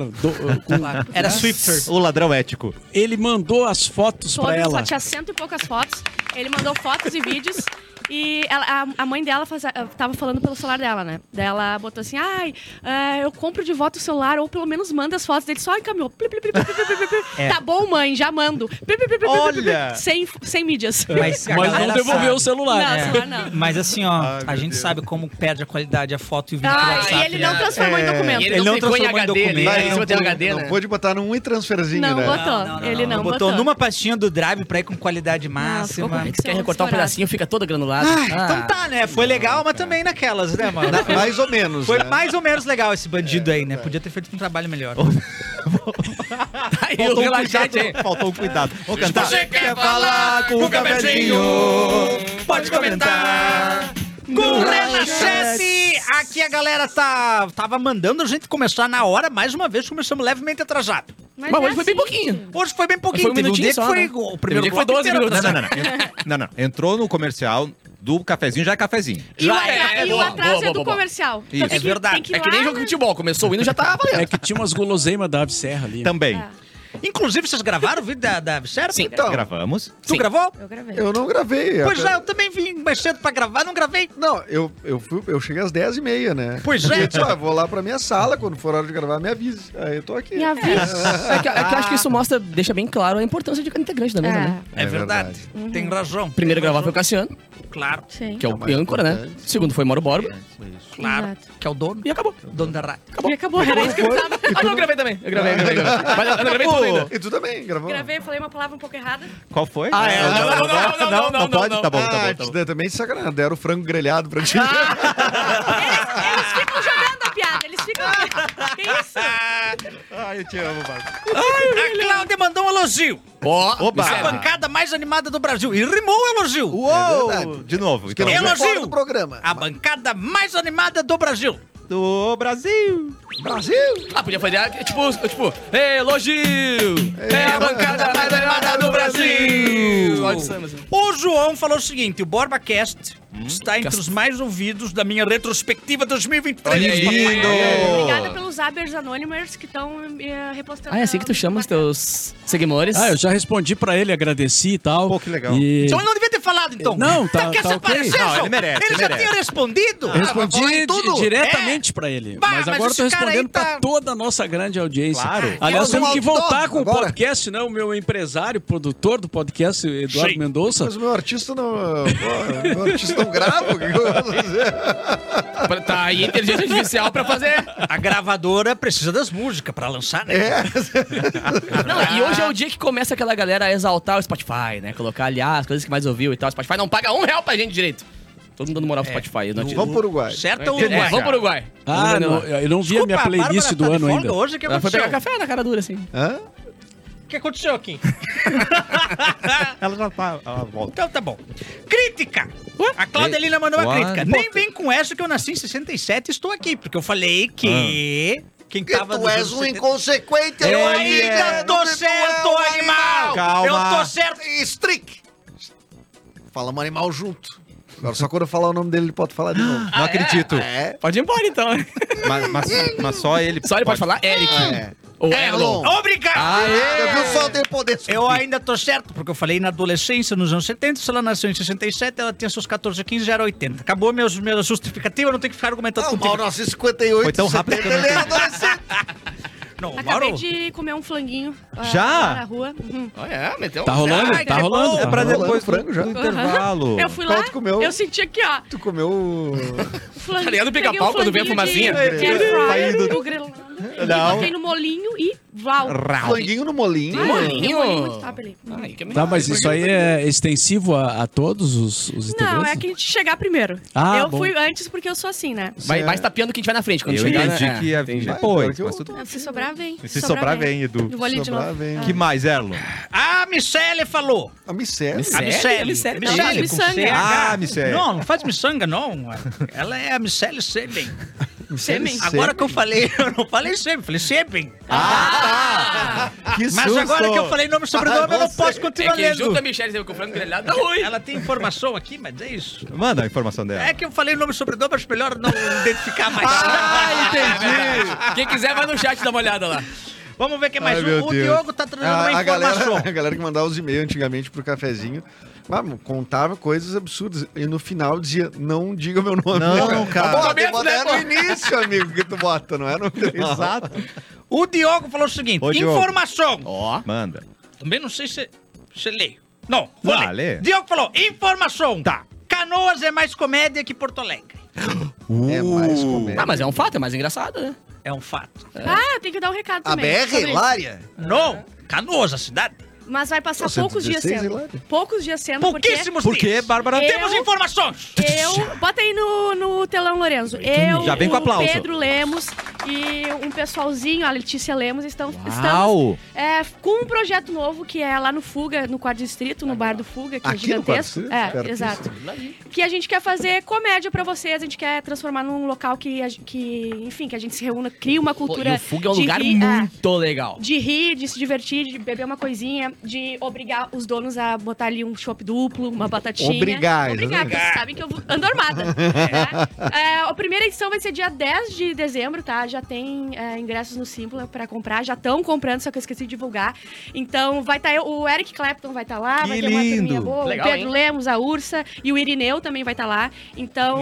do- com-
Era Swifter.
O ladrão ético.
ele mandou as fotos pra
Todas,
ela.
só tinha cento e poucas fotos. Ele mandou fotos e vídeos. E ela- a, a mãe dela faz, tava falando pelo celular dela, né? Daí ela botou assim, ai, é, eu compro de volta o celular, ou pelo menos manda as fotos dele. Só encaminhou. Plim, plim, plim, plim, plim, plim, plim, plim. Tá bom, mãe, já mando. Plim, plim, plim, plim, plim, plim,
Olha!
plim. Sem, sem mídias.
a
Mas
galera
não devolveu o
sabe.
celular.
Não,
É.
celular Ah, não.
Mas assim, ó, a gente sabe como perde a qualidade a foto e o vídeo do
Ah,
WhatsApp. né?
e ele não
é.
transformou em documento.
E ele,
Ele
não
não
ficou em
transformou em
HD, ele lá em
documento.
cima tem HD,
Não
né?
pôde botar num e-transferzinho,
Não
né?
botou. Ele não botou.
botou. numa pastinha do drive pra ir com qualidade
ficou
máxima.
com-
Quer recortar um
Estourado.
pedacinho, fica todo granulado. Ah.
Então tá, né? Foi legal, mas também naquelas, né, mano?
Na- mais ou menos.
Foi
né?
mais ou menos legal esse bandido aí, né? Podia ter feito um trabalho melhor.
Aí o
Faltou um
relaxante aí.
cuidado. Faltou um cuidado. Vou cantar.
Você quer falar com o cafezinho?
Pode comentar.
Com Renascense! Aqui a galera tá, tava mandando a gente começar na hora, mais uma vez começamos levemente atrasado.
Mas
é
hoje foi bem
assim,
pouquinho.
Hoje foi bem pouquinho,
Foi um
teve um
minutinho
dia
só,
que foi
né?
o primeiro
Teve um dia que foi
bloco
12
inteiro
minutos.
Não,
atrasado.
não, não. Ent- Não, não. Entrou no comercial do cafezinho, já é cafezinho.
E o,
Já
atra-
é,
e o
boa, boa,
atraso é do
boa, boa.
comercial. Então
Isso.
tem
É verdade.
tem
É
ir
que nem
lá
jogo de
na-
futebol, começou o hino já tá valendo.
É que tinha umas guloseimas da Ave Serra ali. né?
Também.
Inclusive, vocês gravaram o vídeo da, da Vicera?
né? Sim.
Então,
Gravamos.
Tu
Sim.
gravou?
Eu gravei.
eu não gravei.
Pois
até-
é, eu também vim mais cedo pra gravar, não gravei.
Não, eu, eu, fui- eu cheguei às 10h30, né?
Pois
E
é.
eu disse, "Ah, vou lá pra minha sala, quando for hora de gravar, me avise. Aí eu tô aqui.
Me avisa.
É que, é que eu acho que isso mostra, deixa bem claro a importância de cada integrante da mesa, né?
É verdade.
Tem razão.
Primeiro
Tem
gravar
razão.
foi o Cassiano,
Claro,
Sim.
que é o âncora, né? Segundo foi Mauro Borba.
claro.
Exato.
Que é o dono.
E acabou.
Dono da rádio.
E acabou, era isso que eu precisava.
Ah, não, eu gravei também. Eu gravei, eu gravei. eu gravei. Mas eu não gravei tudo ainda.
É. E tu também gravou?
Gravei, falei uma palavra um pouco errada.
Qual foi?
Ah, é. Não, não, não, não, não, não,
pode?
não.
Tá bom, tá bom,
Ah,
tá bom. Ah,
te- também de sacanagem. Deram o frango grelhado pra ti.
Eles ficam jogando a piada, eles ficam. assim, Que isso?
Ai, eu te amo, Marcos.
Ah, A Cláudia mandou um elogio.
Ó,
Oba.
A
Vicente.
bancada mais animada do Brasil. E rimou o elogio.
É verdade.
Uou! De novo. Então,
Elogio.
Fora do programa.
Ah,
A bancada mais animada do Brasil.
Do Brasil.
Brasil!
Ah, podia fazer tipo, tipo, elogio! É a bancada mais animada do Brasil! Olha o samba, assim.
O João falou o seguinte: o BorbaCast está entre os mais ouvidos da minha retrospectiva 2023.
Olha aí.
Obrigada pelos Abers Anonymers que estão eh, repostando.
Ah, é assim que tu chama os teus seguidores.
Ah, eu já respondi pra ele, agradeci e tal.
Pô, que legal.
E...
Então ele não devia ter falado, então.
Não, tá-
Tá, quer
tá
se
ok.
aparecer,
Não,
João?
ele merece, ele
já
merece.
tinha respondido.
Eu respondi
Ah, vai falar em tudo?
diretamente pra ele.
Bah,
mas
mas
agora eu tô
esse cara aí
respondendo
tá-
pra toda a nossa grande audiência.
Claro.
Aliás,
Eu
temos
sou
que
autor
voltar com o
agora.
podcast, né? O meu empresário, produtor do podcast, Eduardo
Sim.
Mendonça.
Mas o meu artista não. pô, o meu artista não grava. o que que eu vou fazer?
Pra- Tá aí inteligência artificial pra fazer.
É. A gravadora precisa das músicas pra lançar, né?
Não, e hoje é o dia que começa aquela galera a exaltar o Spotify, né? Colocar ali ah, as coisas que mais ouviu e tal. O Spotify não paga um real pra gente direito. Todo mundo dando moral pro Spotify. eu É, não
Vamos pro Uruguai.
Certo é o
É,
Uruguai.
Vamos pro Uruguai.
Ah,
Vamos pro
não,
Uruguai.
eu não vi a minha
Desculpa,
playlist
Bárbara
do
tá de
ano
folga
ainda.
Hoje, o que
Ela foi
aconteceu?
pegar café na cara dura, assim.
Hã?
que aconteceu aqui?
Ela já tá. Ela volta.
Então tá bom. Crítica! A Claudelina mandou uma
What?
crítica. Nem vem com essa que eu nasci em 67 e estou aqui, porque eu falei que. Quem tava
tu
nos
és
anos
um
70
inconsequente,
Eu
não
ainda
é-
tô
não te- tu é
certo,
um
animal!
Calma.
Eu tô certo!
Strick. Falamos um animal junto. Agora só quando eu falar o nome dele, ele pode falar de novo.
Não acredito.
É.
Pode ir embora, então.
Mas, mas- mas só ele.
Só ele pode falar Eric.
É.
Ou
Erlon.
Ah, Erlon.
Obrigado!
Eu
Ah,
vi o sol ter poder.
Eu ainda tô certo, porque eu falei na adolescência, nos anos 70, se ela nasceu em 67, ela tinha seus 14, 15, já era 80. Acabou meus, minha justificativa, eu não tenho que ficar argumentando
Ah, o
contigo.
Mauro nasceu em 58.
Foi tão rápido que eu não
ele era adolescente.
Não, o
Acabei
Mauro...
de comer um flanguinho. ah,
Já?
lá Na rua. Uhum.
Ah, é, meteu.
Tá rolando?
Ai,
tá
que
rolando?
bom.
tá
É pra
rolando.
depois do,
Frango já.
do intervalo.
Eu fui
Qual
lá,
tu comeu?
eu senti aqui, ó.
Tu comeu.
Flan...
Tá ligado o
peguei
pica-pau
um
quando vem a
flanguinho de-
fumacinha?
de air fryer,
Saindo.
eu grelando,
Não.
E botei no molinho e vau.
Rau.
Flanguinho no molinho.
Ai,
molinho?
tem um molinho muito top ali.
Ai, que
Tá, mas isso aí é extensivo a, a todos os, os
Não,
integrantes?
é que a gente chegar primeiro.
Ah,
eu
bom.
fui antes porque eu sou assim, né?
Vai, vai estapeando quem tiver na frente. Quando
Eu
chegar,
entendi
né?
que ia vir
entendi.
depois.
Ah,
mas
eu
tudo-
Se sobrar, vem.
Se sobrar, vem, Edu.
Eu vou ali de
Sobrar,
novo.
vem.
Ah.
Que mais, Erlon?
Ah, A Michele falou.
A micélio.
Micélio. Sério?
A Michele.
Michele
Michele
com
Miçanga.
CH.
Ah, Michele.
Não, não faz miçanga, não. Ela é a Michele Seben.
Sêmen.
Agora que eu falei, eu não falei Seben, falei Seben.
Que
Ah, Mas
susto.
agora que eu falei nome e sobrenome, eu não
você-
posso continuar
É que
lendo.
junto a Michelle teve com o frango grelhado, tá ruim.
Ela tem informação aqui, mas é isso.
Manda a informação dela.
É que eu falei nome e sobrenome, acho melhor não identificar mais.
Ah,
Ah,
Quem quiser, vai no chat dar uma olhada lá.
Vamos ver quem mais.
Ai,
um.
meu
O
Deus. Ah,
Diogo tá trazendo
A,
uma
a galera,
informação.
a galera que mandava os e-mails antigamente pro cafezinho ah, mano, contava coisas absurdas. E no final dizia, não diga meu nome.
Não, cara.
Bota,
Começo,
bota,
né,
é
pô?
no início, amigo, que tu bota, não é no
Exato.
O Diogo falou o seguinte:
Ô, Diogo.
informação.
Ó.
Manda.
Também não sei se você lê. Não, vou
Ah,
ler.
lê.
Diogo falou, informação. Tá. Canoas é mais comédia que Porto Alegre.
É mais
Ah,
comédia.
mas é um fato, é mais engraçado, né?
É um fato.
Ah, eu tenho que dar um recado
A
também.
BR,
sobre isso.
Hilária?
Não, Canoas, a cidade.
Mas vai
é
passar
Nossa,
poucos dias
16,
sendo.
Hilário.
Poucos dias sendo, porque...
Pouquíssimos
Por quê,
dias.
Bárbara?
Eu-
Temos informações.
Eu. Bota aí no, no telão, Lorenzo. Eu,
Já vem com
o
aplauso.
Pedro Lemos e um pessoalzinho, a Letícia Lemos, estão, estamos
Uau.
é, com um projeto novo que é lá no Fuga, no Quarto Distrito, no Bar do Fuga, que
Aqui
é
no Quarto
gigantesco.
Distrito?
é,
Cara, né?
exato. Que a gente quer fazer comédia pra vocês, a gente quer transformar num local que, a gen- que enfim, que a gente se reúna, cria uma
Pô, e
cultura.
o Fuga é um
de
lugar
rir, é
muito legal.
de rir, de se divertir, de beber uma coisinha, de obrigar os donos a botar ali um chopp duplo, uma batatinha.
Obrigar,
Obrigar,
exatamente.
porque vocês sabem que eu ando armada. né? É, a primeira edição vai ser dia 10 de dezembro, tá? Já tem é, ingressos no Simpla pra comprar, já estão comprando, só que eu esqueci de divulgar. Então vai estar o Eric Clapton vai estar lá,
Que
vai ter uma turminha
lindo.
boa,
Legal,
o Pedro
hein?
Lemos, a Ursa e o Irineu também vai estar lá. Então,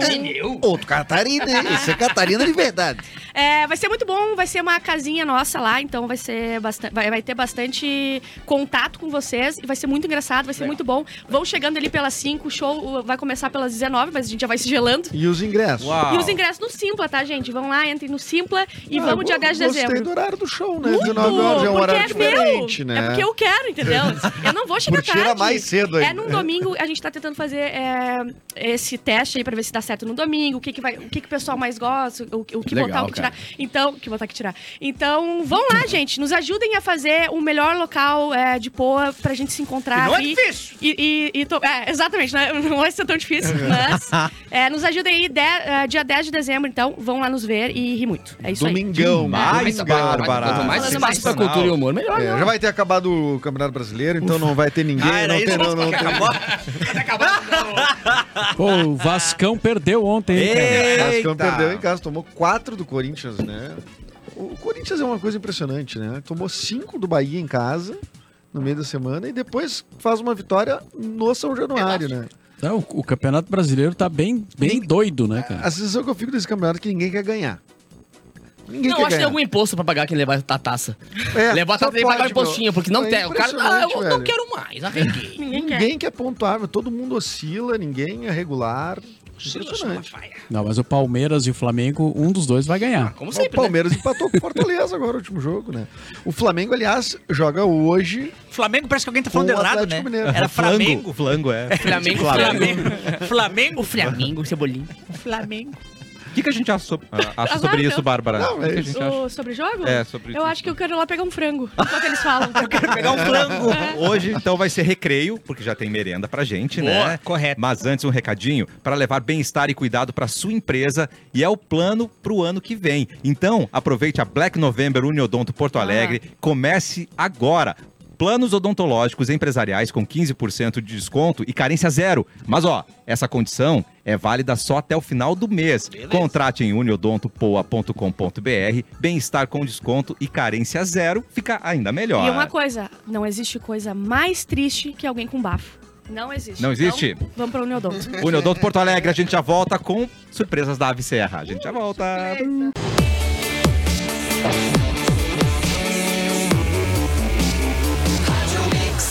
Outro Catarina, hein? Esse é Catarina de verdade.
é, vai ser muito bom, vai ser uma casinha nossa lá, então vai ser bastante, vai, vai ter bastante contato com vocês e vai ser muito engraçado, vai ser muito bom. Vão chegando ali pelas 5, o show uh, vai começar pelas 19, mas a gente já vai se gelando.
E os ingressos?
E os ingressos no Simpla, tá, gente? Vão lá, entrem no Simpla e vamos dia 10 de
Ah, Gostei
dezembro.
do horário do show, né?
Muito,
19 horas é um
porque
horário
é
diferente,
meu.
né?
É porque eu quero, entendeu? Eu não vou chegar
Por cheira
tarde.
mais cedo
É
ainda.
num domingo, a gente tá tentando fazer é, esse teste aí pra ver se dá certo no domingo, o que que, vai, o, que, que o pessoal mais gosta, o, o que
Legal,
botar, o que
cara.
tirar. Então, o que botar, o que tirar. Então, vão lá, gente, nos ajudem a fazer o melhor local é, de poa pra gente se encontrar.
E não é
aqui.
difícil.
E, e- e to- é, exatamente, né? não vai ser tão difícil, mas é, nos ajudem aí, de- é, dia 10 de dezembro, então, vão lá nos ver e rir muito. É isso aí.
Domingão,
Mais,
domingão.
Bárbara.
tá Quanto é mais
Falando
espaço pra
mais.
cultura e humor, melhor.
É,
né?
já vai ter acabado o Campeonato Brasileiro, então não vai ter ninguém.
Ah, era
não
isso?
tem, não, não tem-
Acabou?
Pô, o Vascão perdeu ontem, hein, cara?
O Vascão
Eita.
perdeu em casa, tomou quatro do Corinthians, né? O Corinthians é uma coisa impressionante, né? Tomou cinco do Bahia em casa no meio da semana e depois faz uma vitória no São Januário, né?
Tá, o, o Campeonato Brasileiro tá bem, bem doido, né, cara?
A sensação que eu fico desse campeonato é que ninguém quer ganhar. Ninguém
Não,
quer
acho que tem
ganhar.
algum imposto pra pagar quem levar a taça.
É,
levar a
só
taça tem que pagar o
pode, meu.
impostinho, porque não
É
tem. O cara, ah, eu
impressionante,
não
velho.
quero mais, arreguei.
Ninguém quer.
Ninguém quer pontuar, todo mundo oscila, ninguém é regular.
é
Impressionante.
Não, mas o Palmeiras e o Flamengo, um dos dois vai ganhar.
Como
O
sempre, né?
Palmeiras empatou com o Fortaleza agora, o último jogo, né? O Flamengo, aliás, joga hoje
Flamengo parece que alguém tá
Com
falando
o
errado, né?
Atlético Mineiro.
Era
Ah, Flango.
Flamengo.
Flango, é.
Flamengo,
Flamengo.
Flamengo. Então
Flamengo. Flamengo.
O Flamengo, o Cebolinha.
Flamengo.
que, que a gente acha, so- a- acha
Azar,
sobre
não.
isso, Bárbara?
Não,
o que,
é
que a gente acha?
O- sobre jogo?
É, sobre
Eu acho que eu quero ir lá pegar um frango, enquanto eles falam. eu quero
Pegar um frango.
Hoje, então, vai ser recreio, porque já tem merenda pra gente,
Boa,
né?
correto.
Mas antes, um recadinho para levar bem-estar e cuidado para sua empresa e é o plano para o ano que vem. Então, aproveite a Black November Uniodonto Porto Alegre.
Ah.
Comece agora. Planos odontológicos empresariais com 15% de desconto e carência zero. Mas ó, essa condição é válida só até o final do mês. Contrate em uniodontopoa.com.br. Bem-estar com desconto e carência zero fica ainda melhor.
E uma coisa, não existe coisa mais triste que alguém com bafo. Não existe.
Não existe?
Então, vamos para o Neodonto.
Uniodonto Porto Alegre, a gente já volta com surpresas da Ave Serra. A gente já volta.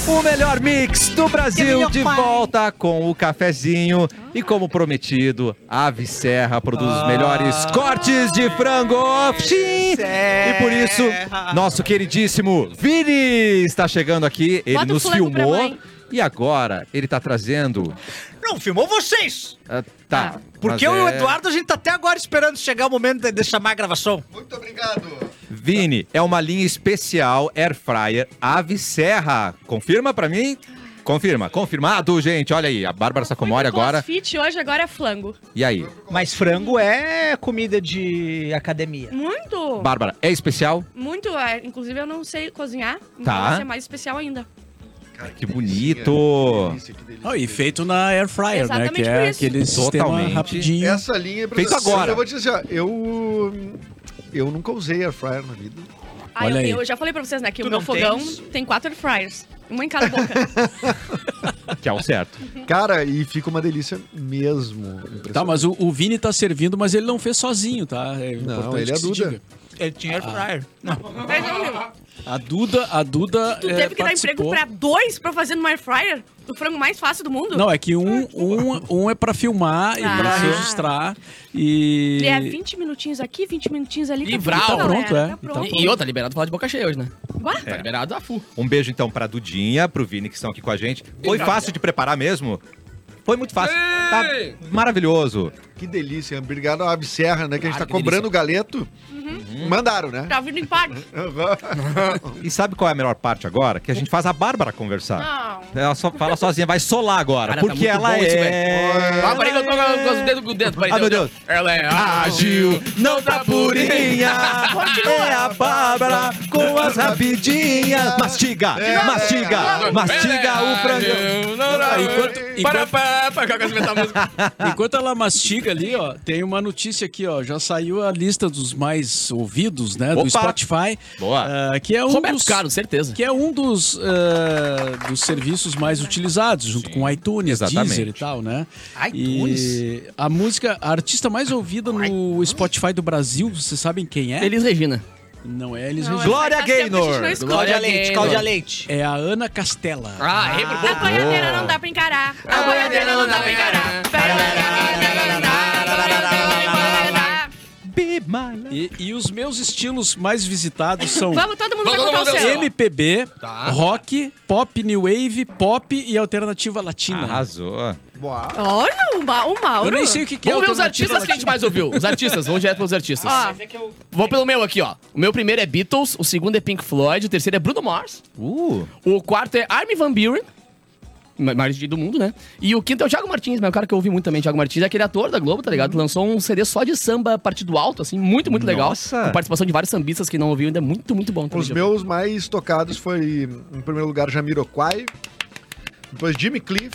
O melhor mix do Brasil de volta com o cafezinho. E como prometido, a Ave Serra produz os melhores
Ah,
cortes de frango. Sim! E por isso, nosso queridíssimo Vini está chegando aqui. Ele
Bota o
nos
flango pra
filmou.
mãe.
E agora ele está trazendo
Não filmou vocês!
ah, tá.
Porque
Mas
eu e o
é-
Eduardo, a gente tá até agora esperando chegar o momento de, de chamar a gravação.
Muito obrigado.
Vini, é uma linha especial Air Fryer Ave Serra. Confirma pra mim? Confirma. Confirmado, gente. Olha aí, a Bárbara Sacomori agora.
Fit hoje agora é flango.
E aí?
Mas frango é comida de academia.
Muito,
Bárbara, é especial?
muito. é, inclusive eu não sei cozinhar, então
Tá.
vai ser mais especial ainda.
Que bonito.
Ah, e feito na air fryer,
Exatamente
né? Que
por
é
isso.
aquele
Totalmente.
sistema rapidinho.
Essa linha é pra-
Feito agora.
Eu vou te dizer, ó, eu. Eu nunca usei air fryer na vida.
Ah,
Olha
eu,
aí.
tenho- eu já falei pra vocês, né, que
Tu
o meu
não
fogão
tens?
tem quatro air fryers. Uma em cada boca.
Que é o certo.
Cara, e fica uma delícia mesmo.
Tá, mas o, o Vini tá servindo, mas ele não fez sozinho, tá? É
Não,
importante
ele é
que se
a Duda.
diga.
Ele tinha air fryer.
Mas, meu,
A Duda, a Duda.
tu
é,
teve que dar
participou.
emprego pra dois pra fazer numa air fryer? Do frango mais fácil do mundo?
Não, é que um, um, um é pra filmar e
Ah.
pra registrar. E.
Ele é 20 minutinhos aqui, 20 minutinhos ali.
E
tá
brau.
feito,
Tá
galera,
pronto, é.
Tá
E tá
pronto.
E, e outra, liberado falar de boca cheia hoje, né?
Uá,
Tá liberado a full.
Um beijo então pra Dudinha, pro Vini que estão aqui com a gente. Foi fácil de preparar mesmo? Foi muito fácil. Tá maravilhoso.
Que delícia, obrigado à Abserra, né? Que a gente
Claro,
tá
que
cobrando o galeto.
Uhum.
Mandaram, né?
Tá vindo empate.
E sabe qual é a melhor parte agora? Que a gente faz a Bárbara conversar.
Não.
Ela só fala sozinha, vai solar agora.
Cara, tá
porque
muito
ela
bom isso,
é.
Ah, peraí que eu tô com- com os dedos com o dedo. peraí,
Ah, meu
deu-
Deus.
Ela é ágil, não tá purinha.
é a Bárbara com as rapidinhas. Mastiga,
É.
mastiga, mastiga o frango.
Não, não,
enquanto-
enquanto... Para,
enquanto-
para, para, que eu quero inventar a música.
Ah. Enquanto ela mastiga ali, ó, tem uma notícia aqui, ó. Já saiu a lista dos mais ouvidos, né?
Opa!
Do Spotify.
Boa.
ah, que é um
Roberto
dos,
Carlos, certeza.
Que é um dos, ah, dos serviços mais utilizados, junto com iTunes,
Exatamente.
Deezer e tal, né?
iTunes?
E a música, a artista mais ouvida no Spotify do Brasil, vocês sabem quem é?
Feliz Regina.
Não é eles
Não,
Regina.
Glória
faz tempo que a gente
Gaynor.
não escuta.
Cláudia
Glória
Leite,
Leite.
Cláudia Leite.
É a Ana Castela.
Ah, errei por
A
pouco.
boiadeira não dá pra encarar. A boiadeira não dá pra encarar.
Be my love.
E, e os meus estilos mais visitados são
Vamos, todo mundo vai
Todo
contar o
mundo
seu.
MPB,
Tá.
rock, pop, new wave, pop e alternativa
Ah.
latina.
Arrasou.
Boa.
Olha, o, Ma o Ah, Mauro.
Eu nem sei o que, que é
Vamos ver os
alternativa
artistas que a gente mais ouviu. Os artistas, vamos direto pelos artistas.
Ó,
Vou pelo meu aqui, ó. O meu primeiro é Beatles, o segundo é Pink Floyd, o terceiro é Bruno Mars,
Uh,
o quarto é Armin Van Buren, ma- maior DJ do mundo, né? E o quinto é o Thiago Martins, mas o cara que eu ouvi muito também, Thiago Martins, é aquele ator da Globo, tá ligado? Lançou um CD só de samba partido alto, assim, muito, muito legal.
Nossa!
Com participação de vários sambistas que não ouviu ainda, é muito, muito bom. tá também
Os
de
meus mais tocados foi, em primeiro lugar, Jamiroquai, depois Jimmy Cliff,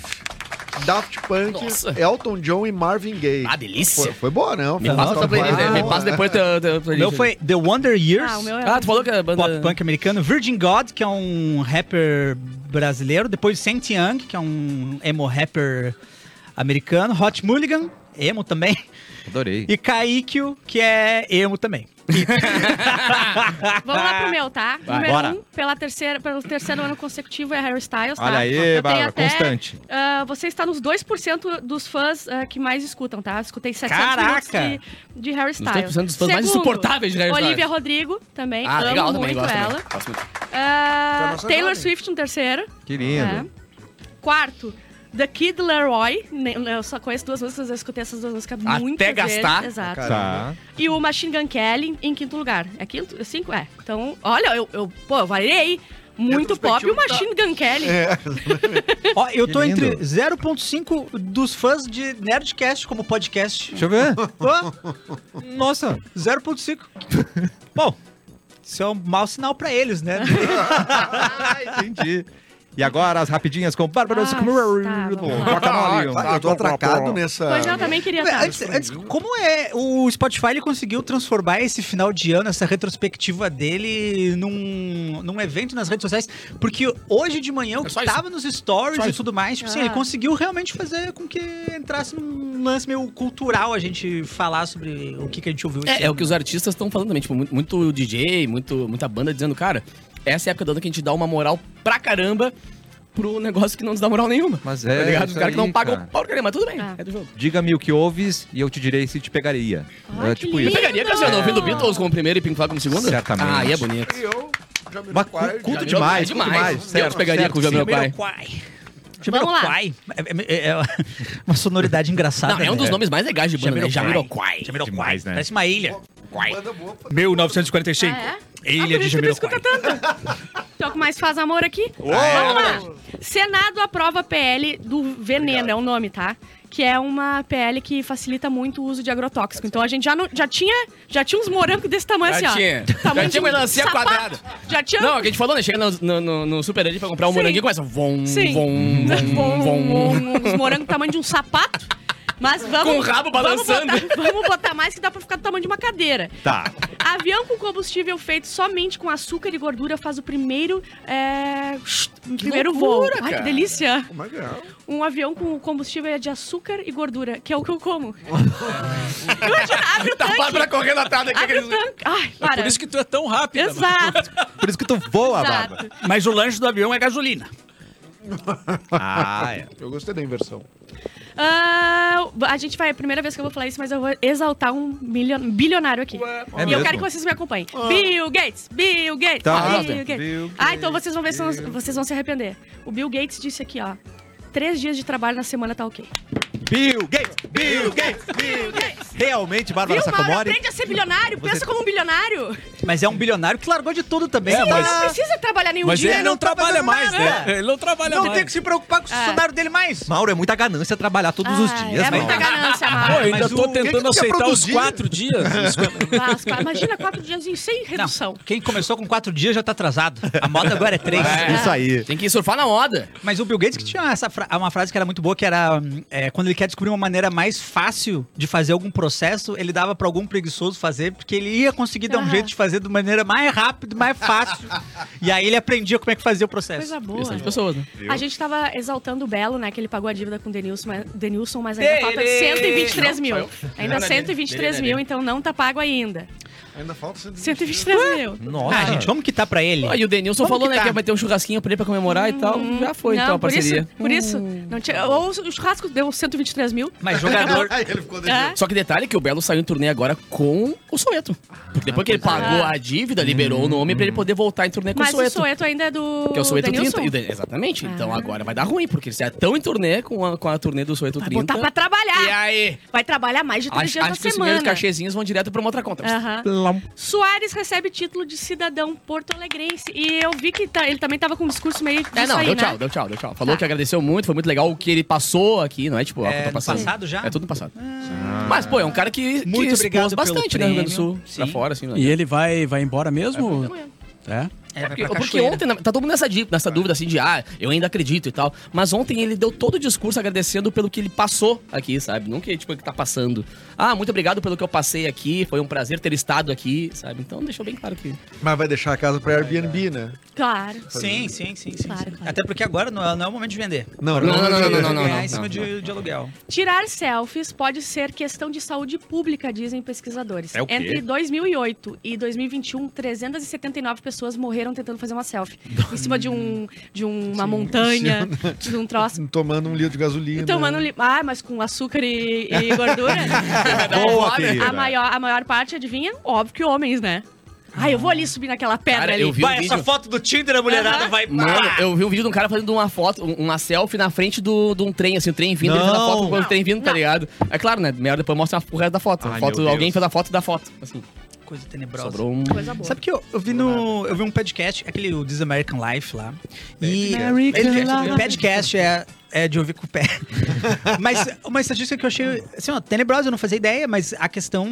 Daft Punk,
Nossa.
Elton John e Marvin Gaye.
Ah, delícia.
Foi, foi boa, né?
ouvir. Me passa tua playlist, né? Me passa depois teu, teu
O
playlist.
meu foi The Wonder Years.
Ah, o meu é.
Ah, tu falou que a banda...
Pop punk americano, Virgin God, que é um rapper brasileiro, depois Saint Young, que é um emo rapper americano, Hot Mulligan, emo também,
adorei.
e Kaikio, que é emo também.
Vamos lá pro meu, tá?
Vai,
Número
bora.
um, pela terceira, pelo terceiro ano consecutivo é Harry Styles, tá?
Olha aí,
Eu tenho
Bárbara,
até,
constante.
ah, você está nos 2% dos fãs ah, que mais escutam, tá? Escutei 700
Caraca!
minutos de, de Harry
Nos
Styles.
2% dos fãs mais
Segundo,
insuportáveis de Harry Styles.
Olivia Rodrigo, também.
Ah,
Amo
legal
muito
também, gosto
ela.
também. Gosto muito.
Ah,
É a nossa
Taylor
jovem.
Swift no terceiro.
Que lindo.
É. Quarto, The Kid Leroy, ne- eu só conheço duas músicas, eu escutei essas duas músicas
Até
muitas
gastar.
vezes. Exato.
Cara.
Tá.
E o Machine Gun Kelly em quinto lugar. É quinto? É Cinco? É. Então, olha, eu, eu, pô, eu variei. Muito pop e o Machine Gun Kelly.
Ó, eu tô
Que lindo.
entre 0.5 dos fãs de Nerdcast como podcast.
Deixa eu ver.
Tô
Nossa.
0.5.
Bom,
Isso é um mau sinal pra eles, né?
Ah, entendi. E agora as rapidinhas com Bárbara
Ah,
Sacomori.
tá, vamos lá.
Guacamole.
tá
Ah, eu tô atracado nessa.
Pois é, eu também queria estar.
Antes, antes, como é o Spotify ele conseguiu transformar esse final de ano, essa retrospectiva dele, num, num evento nas redes sociais? Porque hoje de manhã, o
É
que
só isso.
tava nos stories
Só
e
isso.
tudo mais, tipo assim,
Ah.
ele conseguiu realmente fazer com que entrasse num lance meio cultural a gente falar sobre o que, que a gente ouviu. esse
É, é o
ano.
que os artistas estão falando também, tipo, muito, muito DJ, muito, muita banda dizendo, cara, essa é a época do ano que a gente dá uma moral pra caramba pro negócio que não nos dá moral nenhuma.
Mas é
tá ligado? Os
isso
caras que não
aí,
pagam
cara.
porcaria, mas tudo bem,
Ah.
é do jogo.
Diga-me o que ouves e eu te direi se te pegaria.
Ai,
é
que
tipo
lindo.
isso.
Pegaria, Cassiano, ouvindo Beatles como primeiro e Pink Floyd como segundo?
Certamente.
Ah, aí é bonito.
E eu já me
Mas cu-
guardo.
culto
Já-
demais,
já-
culto
demais.
demais.
Deus
certo,
pegaria
certo,
com o Jamil.
sim.
Tipo Jamiroquai. Jamiroquai.
Jamiroquai.
É, é- é uma sonoridade engraçada.
Não, é um dos
né?
nomes mais legais de banda, né?
Jamiroquai.
Jamiroquai.
Jamiroquai.
Demais, né?
Parece uma ilha.
Banda boa, pô.
1945.
Ah, é?
Ilha
ah,
de Jamiroquai.
Então, o que mais faz amor aqui? Vamos lá. Senado aprova PL do veneno, é o nome, tá? Que é uma PL que facilita muito o uso de agrotóxico. Então a gente já, não, já tinha já tinha uns morangos desse tamanho
Já
assim,
tinha.
ó. Tamanho
Já
de
tinha
um
melancia
sapato.
quadrada.
Já tinha.
Não, é o que a gente falou, né? Chega no, no, no- no super ali pra comprar um
Sim.
moranguinho e começa. Vom,
Sim.
vom, vom, vom.
Uns morangos do tamanho de um sapato. Mas vamos.
Com o rabo balançando.
Vamos botar, vamos botar mais que dá pra ficar do tamanho de uma cadeira.
Tá.
Avião com combustível feito somente com açúcar e gordura faz o primeiro. É, primeiro
loucura,
voo. Ai, que
cara. Oh
delícia!
Como é que é?
Um avião com combustível é de açúcar e gordura, que é o que eu como. Imagina, abre o
Tá a Bárbara
tanque!
correndo atrás daqui.
Abre o
aqueles-
tanque! Ai,
É
para!
por isso que tu é tão rápida.
Exato,
Por isso que tu voa, Bárbara.
exato.
Mas o lanche do avião é gasolina.
Ah, é.
Eu gostei da inversão.
Ah, a gente vai, é a primeira vez que eu vou falar isso, mas eu vou exaltar um milion- bilionário aqui.
É
e
mesmo?
eu quero que vocês me acompanhem. Bill Gates! Bill Gates!
Tá.
Bill Gates!
Bill
Ah, então vocês vão ver, se não- vocês vão se arrepender. O Bill Gates disse aqui, ó. Três dias de trabalho na semana tá ok.
Bill Gates, Bill Gates, Bill Gates. Realmente, Bárbara
Viu, Mauro?
Sacomori?
Aprende a ser bilionário. Pensa como um bilionário.
Mas é um bilionário que largou de tudo também.
Então
É, mas-
não precisa trabalhar nenhum
Mas
dia.
ele não trabalha mais, né? Ele não trabalha
Não tem que
mais.
se preocupar com o funcionário dele mais.
Mauro, é muita ganância trabalhar todos os
Ai,
dias,
É
Mauro.
muita ganância,
Pô, eu
Mauro.
ainda
Mas
tô
o-
que que
tentando
tu quer
aceitar os
produzir?
quatro dias. Os quatro-
Mas, cara, Imagina quatro dias em- sem
Não,
redução.
quem começou com quatro dias já tá atrasado. A moda agora é três.
É, Isso aí.
Tem que surfar na moda.
Mas o Bill Gates que tinha essa fra- uma frase que era muito boa, que era hum, é, quando ele quer descobrir uma maneira mais fácil de fazer algum processo, ele dava pra algum preguiçoso fazer, porque ele ia conseguir dar um
Ah.
jeito de fazer de maneira mais rápida, mais fácil. e aí ele aprendia como é que fazia o processo.
Coisa boa.
Questão de pessoas, né?
A gente tava exaltando o Belo, né? Que ele pagou a dívida com o Denilson, mas, Denilson, mas ainda falta 123 mil. Ainda 123 mil, então não tá pago ainda.
Ainda falta 123.
123 mil.
Nossa.
Ah, gente, vamos quitar pra ele.
Ó, e o Denilson
Como
falou,
que
né,
tá?
que vai ter um churrasquinho pra ele pra comemorar e tal. Já foi,
Hum, não,
então, a
por isso,
parceria.
por isso. Não tinha, ou o churrasco deu 123 mil.
Mas jogador.
Aí ele ficou
É.
devendo.
Só que detalhe que o Belo saiu em turnê agora com o Soeto. Porque depois que ele pagou a dívida, liberou o nome pra ele poder voltar em turnê com
Ah, tá. Hum. Mas
o Soeto.
o Soeto ainda é do.
Porque o Soeto
Denilson?
30. e o Den- Exatamente. Então
Ah.
agora vai dar ruim, porque eles já estão em turnê com a, com a turnê do Soeto
Vai
30.
botar pra trabalhar.
E aí?
Vai trabalhar mais de três
Acho,
dias
acho
na
que os primeiros
semana.
cachezinhos vão direto pra uma outra conta.
Aham.
Plum.
Soares recebe título de cidadão porto-alegrense. E eu vi que tá- ele também tava com um discurso meio.
É,
disso
não,
aí,
deu
né?
tchau, deu tchau, deu tchau. Falou
Tá.
que agradeceu muito, foi muito legal o que ele passou aqui, não é tipo, ó,
É,
que eu tô
no
passando.
passado já?
É tudo no passado. Mas, pô, é um cara que,
Muito obrigado
que expôs
pelo
bastante, né, Rio Grande
prêmio.
do Sul, pra
Sim.
fora, assim, né?
E ele vai, vai embora mesmo? É.
É, vai
Porque,
pra
porque
cachoeira.
ontem, na- tá todo mundo nessa, di- nessa dúvida assim de, ah, eu ainda acredito e tal. Mas ontem ele deu todo o discurso agradecendo pelo que ele passou aqui, sabe? Não que, tipo, ele tá passando. Ah, muito obrigado pelo que eu passei aqui, foi um prazer ter estado aqui, sabe? Então deixou bem claro que.
Mas vai deixar a casa pra Airbnb, né?
Claro.
Sim, sim, sim, sim.
Claro,
sim.
claro.
Até porque agora não é, não é o momento de vender.
Não,
Não, não,
Ganhar
não,
em cima
não,
de, de aluguel.
Tirar selfies pode ser questão de saúde pública, dizem pesquisadores.
É o quê?
Entre 2008 e 2021, 379 pessoas morreram tentando fazer uma selfie. em cima de, um, de uma montanha, de um troço.
Tomando um litro de gasolina.
Tomando li... Ah, mas com açúcar e, e gordura. Então,
Boa, querida.
a, maior, a maior parte, adivinha? Óbvio que homens, né? Ai, eu vou ali subir naquela pedra
Cara,
ali.
eu vi
Vai,
um
essa
vídeo...
foto do Tinder, a mulherada
Aham.
vai.
Mano,
Ah!
eu vi um vídeo de um cara fazendo uma foto, um- uma selfie na frente do, de um trem, assim, o trem vindo, ele fez a
Não.
foto quando o trem vindo, tá
Não.
ligado? É claro, né? Meia hora depois mostra o resto da
Ah,
foto. A
Ai, meu
foto
Deus.
alguém fez a foto e dá foto. Assim,
Coisa tenebrosa.
sobrou um.
Coisa boa.
Sabe que eu, eu vi no. Eu vi um podcast, aquele o This American Life lá. E.
American
Podcast,
Life.
podcast é, é de ouvir com o pé. mas uma estatística que eu achei. Assim, ó, tenebrosa, eu não fazia ideia, mas a questão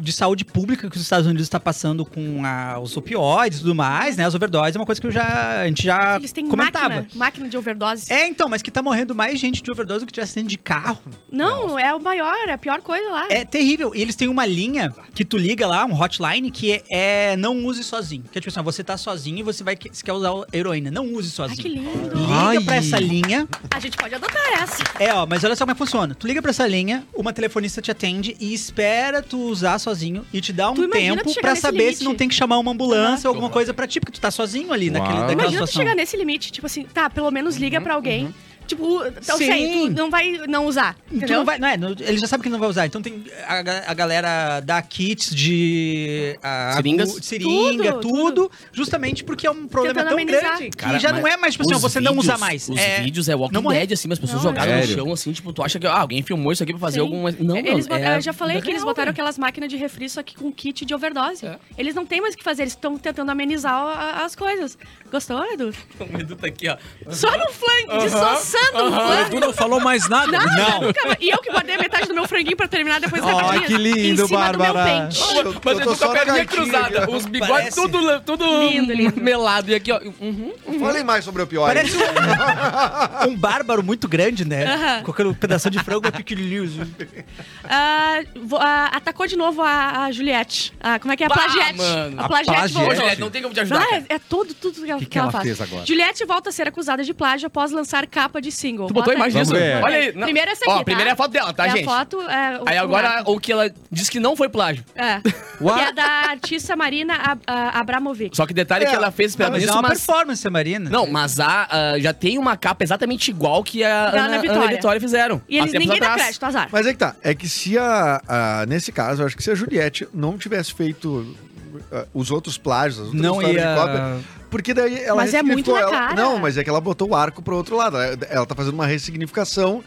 de saúde pública que os Estados Unidos está passando com a- os opioides e tudo mais, né? As overdoses, é uma coisa que eu já, a gente já
Eles têm
comentava.
máquina, máquina de overdose.
É, então, mas que tá morrendo mais gente de overdose do que de acidente de carro.
Não, é o maior, é a pior coisa lá.
É terrível. E eles têm uma linha que tu liga lá, um hotline, que é, é não use sozinho. Que é tipo assim, ó, você tá sozinho e você vai que- se quer usar heroína. Não use
Ai,
sozinho.
Ah, que lindo.
Liga
Ai.
pra essa linha.
A gente pode adotar essa.
É, ó, mas olha só como é que funciona. Tu liga pra essa linha, uma telefonista te atende e espera tu usar sozinho e te dá um
Tu imagina tu
tempo
chegar
pra
nesse
saber
limite.
se não tem que chamar uma ambulância ou alguma coisa pra ti, porque tu tá sozinho ali
Uau.
naquele, naquela
Imagina tu
situação.
chegar nesse limite, tipo assim, tá, pelo menos liga pra alguém. Tipo, eu
Sim.
sei, tu não vai não usar.
Tu
Entendeu?
não vai, não é, não- ele já sabe que não vai usar. Então tem a, ga- a galera dá kits de a,
Seringas?
agu- seringa,
Tudo,
tudo,
tudo.
justamente porque é um problema
Tentando
tão
amenizar.
grande que
Cara,
já
mas
não é mais tipo assim, ó,
os
você não
vídeos-
usa mais.
Os
é,
vídeos é Walking
não morrer.
Dead, assim, as pessoas
Não,
jogadas
é.
no
Sério?
chão, assim, tipo, tu acha que ah, alguém filmou isso aqui pra fazer
Sim.
alguma. Não, não.
Eles bot-
é-
Eu já falei que eles
real,
botaram
velho.
aquelas máquinas de refri, só que com kit de overdose.
É.
Eles não têm mais o que fazer, eles estão tentando amenizar a- as coisas. Gostou, Edu?
O Edu tá aqui, ó.
Só no flango,
Ah,
dissoçando no
O
flango.
tá-
Edu não falou mais nada.
Não, nunca- E eu que guardei metade do meu franguinho pra terminar depois da
Ó,
academia.
que lindo,
em cima do
Bárbara.
meu pente.
Eu- eu
Mas
tô
Edu com
só
a
na
perninha
cartinha
cruzada,
aqui, ó.
os bigodes
Parece.
tudo, tudo
Lindo, lindo.
melado. E aqui, ó. Uhum.
um
Falem mais sobre o pior.
Parece um, um bárbaro muito grande, né?
Aham.
Qualquer pedaço de frango é pequenininho.
Ah, vo- ah, atacou de novo a, a Juliette. Ah, como é que é? A
Bah,
Plagiette.
mano.
A Plagiette
Plagiette.
voltou.
Juliette, não tem como te ajudar.
Ah,
cara.
é, é tudo, tudo que ela,
Que que
que ela
ela
faz.
fez agora?
Juliette volta a ser acusada de plágio após lançar capa de single.
Tu botou a
Bota aí.
imagem
Vamos
disso?
ver.
Olha aí. não.
Primeiro é essa
Ó,
aqui, tá?
primeiro é a foto dela, tá,
é
gente?
A foto, é, o-
Aí
o
agora,
lado.
o que ela disse que não foi plágio.
É. Que é da artista Marina Ab- ah, Abramovic.
Só que detalhe
É,
que ela fez
Não,
esperando
mas é
isso,
uma
mas...
performance, Marina.
Não, mas a, ah, já tem uma capa exatamente igual que a
Da
Ana, Ana e Vitória. fizeram.
E eles
há tempos
ninguém dá
atrás.
crédito, azar.
Mas é que tá. É que se a, a- Nesse caso, eu acho que se a Juliette não tivesse feito uh, os outros plágios, as outras
Não
histórias de cópia,
ia.
Porque daí ela
Mas é muito
ressignificou-
na
ela-
cara.
Não, mas é que ela botou o arco pro outro lado. Ela- Ela tá fazendo uma ressignificação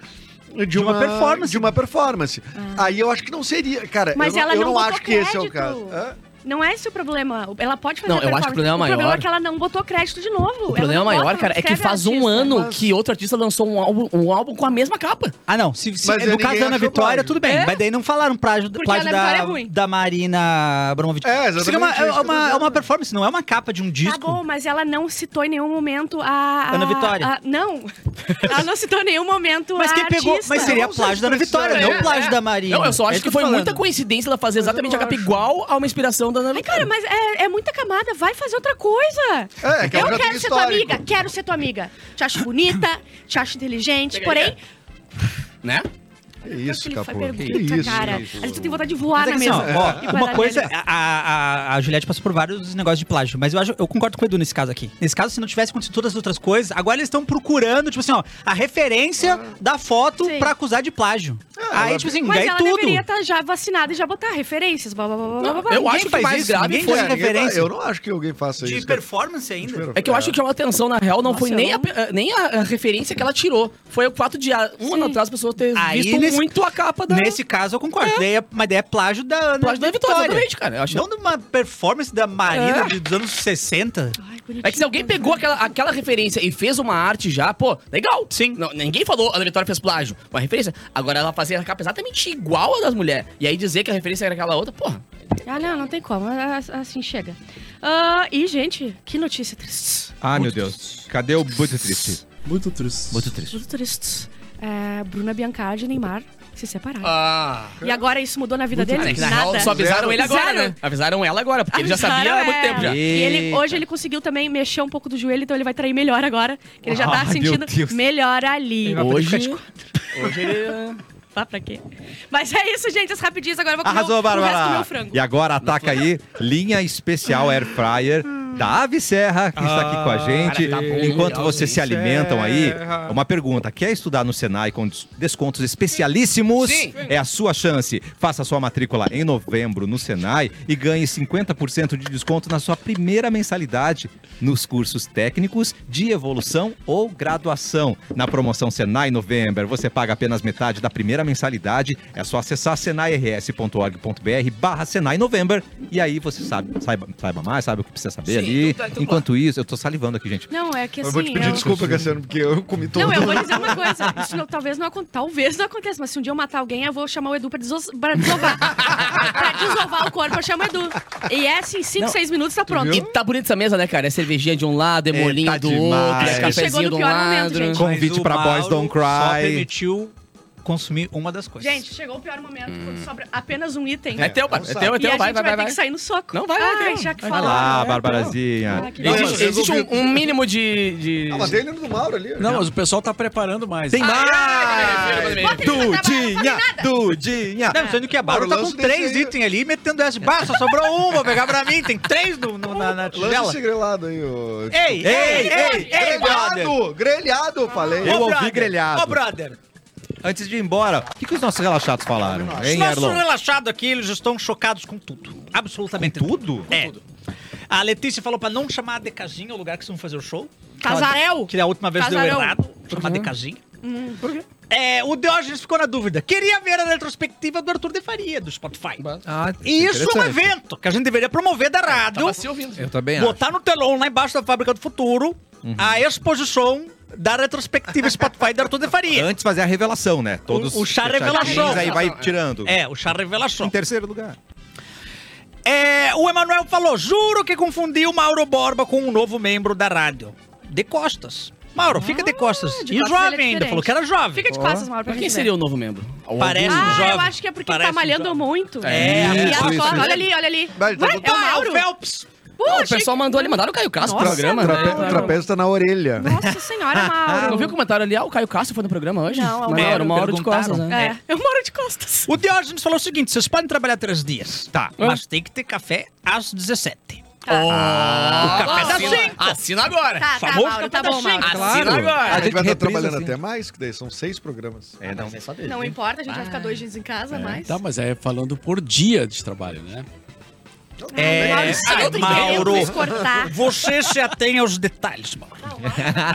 de,
uma performance.
De uma performance. Aí eu acho que não seria. Cara,
Ah. Mas
eu,
ela
eu
não botou
acho que esse é o caso.
crédito.
Hã?
Não é esse o problema. Ela pode fazer
Não,
a
eu acho que o
performance.
problema maior-
problema é que ela não botou crédito de novo.
O problema maior, cara, é que faz um
Tá
ano
mas-
que outro artista lançou um álbum, um álbum com a mesma capa.
Ah, não. Se, se-
Mas aí
no
ninguém
caso da Ana
achou
Vitória,
plágio.
tudo bem.
É.
Mas daí não falaram plágio,
Porque
plágio
a Ana
da,
Vitória é ruim.
da Marina Abramovic.
É, exatamente
Isso aqui é uma,
isso que
é,
eu tô
uma, é uma
dizendo.
performance, não é uma capa de um
Tá
disco.
bom, mas ela não citou em nenhum momento a. a-
Ana Vitória.
a- não. Ela não citou em nenhum momento
mas
a
quem pegou.
artista.
Mas seria
Não sei
plágio da Ana
se precisa,
Vitória,
né?
não plágio da Marina.
Não, eu só
É
acho
isso
que
eu
foi
tô falando.
muita coincidência ela fazer exatamente a capa igual a uma inspiração da Ana
Ai,
Vitória.
cara, mas é, é muita camada. Vai fazer outra coisa.
É, é que ela
eu
já tem
quero ser tua
histórico.
amiga. Quero ser tua amiga. Te acho bonita, te acho inteligente. Porém,
Né?
Que isso,
ele foi
capô.
pergunta,
Que isso,
cara.
isso.
A gente tem vontade de
Mas
voar
é
na
que assim,
mesa.
ó, ó,
E guardar
uma
ali.
coisa, é a, a, a Juliette passou por vários negócios de plágio, mas eu, acho, eu concordo com o Edu nesse caso aqui. Nesse caso, se não tivesse acontecido todas as outras coisas, agora eles estão procurando, tipo assim, ó, a referência da foto
Sim.
pra acusar de plágio. Aí, tipo assim,
Mas
ganha
ela
tudo.
deveria estar já vacinada e já botar referências. Blá, blá, blá, blá, blá, blá.
eu acho
Ninguém
que o
faz
mais
isso,
grave
ninguém
foi
faz
É, ninguém
referência.
fa- Eu não acho que alguém faça isso. cara.
performance ainda?
É que eu acho que chamou atenção, na real, não
Nossa,
foi nem,
eu
a, pe- nem a, a referência que ela tirou. Foi o fato de, há um ano atrás, as pessoas terem
Aí,
visto
nesse-
muito a capa da...
Nesse caso, eu concordo. Daí é- mas daí é plágio da Ana
Plágio da Vitória, exatamente, cara. Eu acho-
Não de uma performance da Marina
É.
de- dos anos 60.
Ai, bonitinho.
É que se alguém pegou aquela, aquela referência e fez uma arte já, pô, legal. Sim. ninguém falou Ana Vitória fez plágio. Uma referência. Agora ela fazia a capa exatamente igual a das mulheres. E aí dizer que a referência era aquela outra, porra.
Ah, não, não tem como. Ah, Assim chega. Ah, e, gente, que notícia triste.
Ah, meu Deus. Cadê o Muito Triste?
Muito triste.
Muito Triste.
Muito tristes. É, Bruna Biancardi e Neymar se separaram.
Ah.
E agora isso mudou na vida
Mas é
dele?
que na real,
Nada.
só avisaram
Zero.
ele agora,
Zero.
né? Avisaram ela agora, porque ele já sabia
Avisaram é.
há muito
ela.
tempo já.
E ele, hoje ele conseguiu também mexer um pouco do joelho, então ele vai trair melhor agora. Que ele já tá
Ah,
Ai, meu
sentindo
Deus.
melhor ali.
Hoje. Hoje ele. ah.
Vá pra quê? Mas é isso, gente. As rapidinhas agora eu vou comer
Arrasou,
o, o resto do
Bárbara!
meu frango.
E agora ataca aí, linha especial Air Fryer Davi Serra, que está aqui com a gente.
cara, tá bom,
Enquanto
legal,
vocês se
Serra.
alimentam aí,
É.
uma pergunta. Quer estudar no Senai com des- descontos especialíssimos?
Sim.
É a sua chance. Faça sua matrícula em novembro no Senai e ganhe 50% de desconto na sua primeira mensalidade nos cursos técnicos de evolução ou graduação. Na promoção Senai November, você paga apenas metade da primeira mensalidade. É só acessar senairs.org.br barra Senai November e aí você sabe, saiba, saiba mais, sabe o que precisa saber
Sim,
ali.
então tá, então
Enquanto isso, eu tô salivando aqui, gente.
Não, é que assim.
eu vou te pedir
eu-
desculpa, Cassiano, porque eu comi todo
Não, eu vou dizer uma coisa. Isso não- talvez, não, acon- talvez não aconteça, mas se um dia eu matar alguém, eu vou chamar o Edu pra, desos, pra desovar. pra desovar o corpo, eu chamo o Edu. E é assim, 5,
Não.
6 minutos tá pronto.
E tá bonita essa mesa, né, cara? É cervejinha de um lado, é
É,
molinho
tá
do
demais.
outro, é
Chegou no
cafezinho do
pior momento,
lado.
gente.
Convite
Mas o
pra Boys
Mauro
Don't
Só
Cry.
permitiu consumir uma das coisas.
Gente, chegou o pior momento, quando sobra apenas um item.
É teu, Bárbara, é teu, é
e a
teu,
gente
vai,
vai,
vai, vai.
ter que sair no soco.
Não, vai, vai,
Ai,
vai.
já que
Vai
Vai
falaram.
lá,
então.
é,
Bárbarazinha.
Ah, que
Não,
nojo.
mas
Existe, existe
resolvi-
um, um mínimo de... de-
Ah, mas tem ali no Mauro ali.
Não, mas o pessoal tá preparando mais.
Tem
ai,
mais!
ai, ai.
Dudinha! Dudinha!
Não, sendo que a Barro tá
Mauro,
com
lança
três
desse aí.
itens ali, metendo essa. Bah, só sobrou um, vou pegar pra mim. Tem três no, no- na, na
Lança
tigela.
esse grelado aí, ô.
Ei, ei, ei, ei, brother.
grelhado! Grelhado, eu falei.
Eu
Ô,
ouvi
brother.
grelhado.
Ô, brother.
Antes de ir embora, o que, que os nossos relaxados falaram,
Os
hein,
nossos
Erlon?
relaxados aqui, eles estão chocados com tudo. Absolutamente
Tudo?
É. A Letícia falou pra não chamar a Decasinha, o lugar que vocês vão fazer o show.
Casarel. Uhum.
Que da última vez deu
Casarão.
errado. Chamar Decasinha. É, o Diógenes ficou na dúvida. Queria ver a retrospectiva do Arthur de Faria, do Spotify.
Ah,
E isso é um
interessante.
evento que a gente deveria promover da rádio.
Tava se ouvindo.
Eu também acho.
botar no telão lá embaixo da Fábrica do Futuro a exposição da retrospectiva Spotify da Arthur de Faria.
Antes fazer a revelação, né? Todos
O- o chá
os
revelação.
fechadinhos Aí vai tirando.
É, o chá revelação.
Em terceiro lugar.
É, o Emanuel falou: juro que confundi o Mauro Borba com um novo membro da rádio. De costas. Mauro, fica de costas.
de
e
costas ele é
jovem ainda,
diferente.
falou que era jovem.
Fica de costas, Mauro,
Pra
pra gente
quem
ver.
seria o novo membro?
Parece um
Ah,
jovem.
eu acho que é porque ele
Parece
tá
um
malhando
jovem.
muito.
É,
E
isso,
ela
isso,
coloca-
isso.
Olha ali, olha ali.
Vai, tá
Vai,
botando-
é o
É o
Mauro.
Phelps.
Pô,
Não, Ah, o
achei-
pessoal mandou ali, mandaram o Caio Castro
Nossa,
pro programa.
trape-
né?
O trapézio tá na orelha.
Nossa senhora, Mauro.
Não viu o comentário ali? Ah, o Caio Castro foi no programa hoje?
Não, é
Mas
o
Mauro,
era uma hora de costas,
perguntaram.
né?
É, eu moro de costas.
O Diógenes falou o seguinte: vocês podem trabalhar três dias. Tá.
Hã?
Mas tem que ter café às 17.
Ah,
o café
assina-
dá cinco.
Assina agora!
Tá, tá,
famoso
Mauro,
que
tá
tá
bom, Mauro.
cheio.
Assina agora!
A gente vai estar
reprisa,
trabalhando
assim.
até mais, que daí são seis programas.
É, não.
Não importa, a gente vai ficar dois dias em casa, mas...
Tá, mas é falando por dia de trabalho, né?
É,
Mauro, sai
ai,
do
Mauro.
meio, cortar.
Você se atém aos detalhes, Mauro.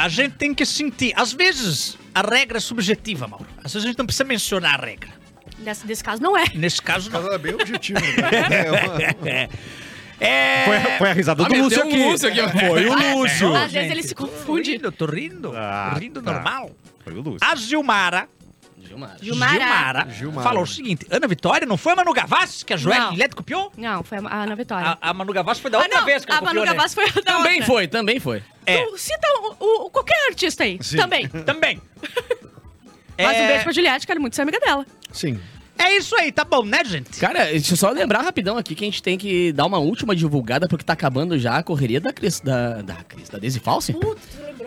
A gente tem que sentir. Às vezes, a regra é subjetiva, Mauro. Às vezes a gente não precisa mencionar a regra.
Nesse, nesse caso, não é.
Nesse caso,
Mas
não.
ela é bem objetivo. Né? É uma-
É. É.
Foi, foi a
Ah,
risada do
meteu
Lúcio
um
aqui.
Lúcio aqui, ó.
Foi o Lúcio.
Ah, Às vezes ele se confunde.
Eu tô rindo.
Ah,
rindo
tá.
normal.
Foi o Lúcio.
A Gilmara.
Gilmar.
Gilmara.
Gilmara
Gilmara.
Falou o seguinte: Ana Vitória não foi a Manu Gavassi que a Joel
Não.
Guilherme copiou?
Não, foi a Ana Vitória.
A, a Manu Gavassi foi da
Ah,
outra
não,
vez que ela
a
copiou.
Manu
né?
Gavassi foi a da
Também
outra.
foi, também foi.
É.
Tu cita o, o- qualquer artista aí. Também.
Também.
Mas um
É-
beijo pra Juliette, quero muito ser amiga dela.
Sim.
É isso aí, tá bom, né, gente?
Cara, deixa eu só lembrar rapidão aqui que a gente tem que dar uma última divulgada, porque tá acabando já a correria da Cris. Da, da Cris, da Daisy False.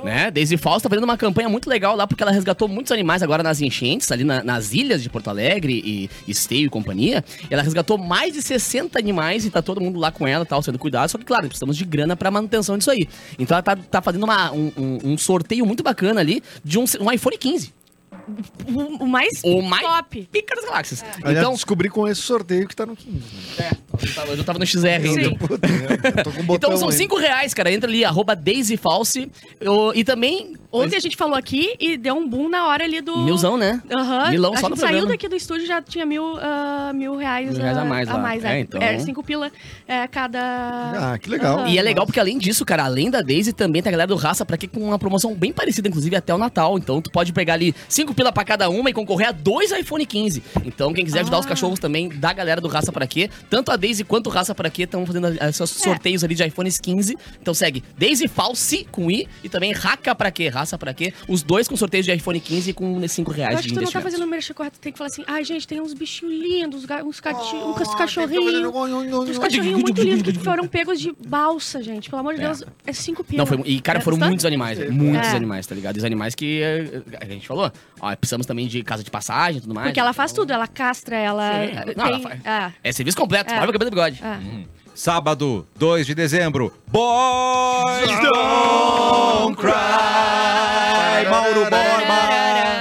Né? Daisy False tá fazendo uma campanha muito legal lá, porque ela resgatou muitos animais agora nas enchentes, ali na- nas ilhas de Porto Alegre e Esteio e companhia. Ela resgatou mais de 60 animais e tá todo mundo lá com ela, tal, sendo cuidado. Só que, claro, precisamos de grana pra manutenção disso aí. Então ela tá, tá fazendo uma- um, um- um sorteio muito bacana ali de um, um iPhone 15.
O, o mais
O mais
top.
pica das galáxias.
Aliás,
Então,
descobri com esse sorteio que tá no 15.
eu tava- eu tava no XR ainda.
Sim.
Puta, eu tô com um botão
Então são
aí.
5 reais, cara. Entra ali, arroba DaisyFalse. Eu- E também.
Ontem a gente falou aqui e deu um boom na hora ali do...
Milzão, né?
Aham.
Milão
a
só
gente
no
saiu
programa.
daqui do estúdio já tinha mil, ah, mil reais,
Mil reais a
ah,
mais lá.
é.
É, então.
É, cinco pila é, cada...
Ah, que legal.
Aham.
E é legal porque além disso, cara, além da Daisy, também tem a galera do Raça pra aqui com uma promoção bem parecida, inclusive até o Natal. Então tu pode pegar ali 5 pila pra cada uma e concorrer a dois iPhone 15. Então quem quiser ajudar
Ah.
os cachorros também da galera do Raça pra quê, tanto a Daisy quanto o Raça pra quê estão fazendo a-
É.
esses sorteios ali de iPhones 15. Então segue Daisy False com I e também Raca pra quê, Raça pra quê, os dois com sorteio de iPhone 15 com 5
Eu
reais
acho
de
que tu não tá
investimento.
fazendo o merchan correto. Tem que falar assim, ai, gente, tem uns bichinhos lindos, uns, ga- uns, cati- uns
um
cachorrinhos. Uns cachorrinhos muito lindos que foram pegos de balsa, gente. Pelo amor de Deus, é cinco pila.
Não, foi, e cara,
É,
foram
tá?
muitos animais, velho, muitos
É.
animais, tá ligado? E os animais que eh, a gente falou, ó, precisamos também de casa de passagem e tudo mais.
Porque ela faz tudo, ela castra, ela.
Sim,
tem-
não, ela faz.
Ah,
É serviço completo,
É.
barba, cabelo e bigode.
ah.
Sábado, 2 de dezembro. Boys Don't Cry! Mauro Borba!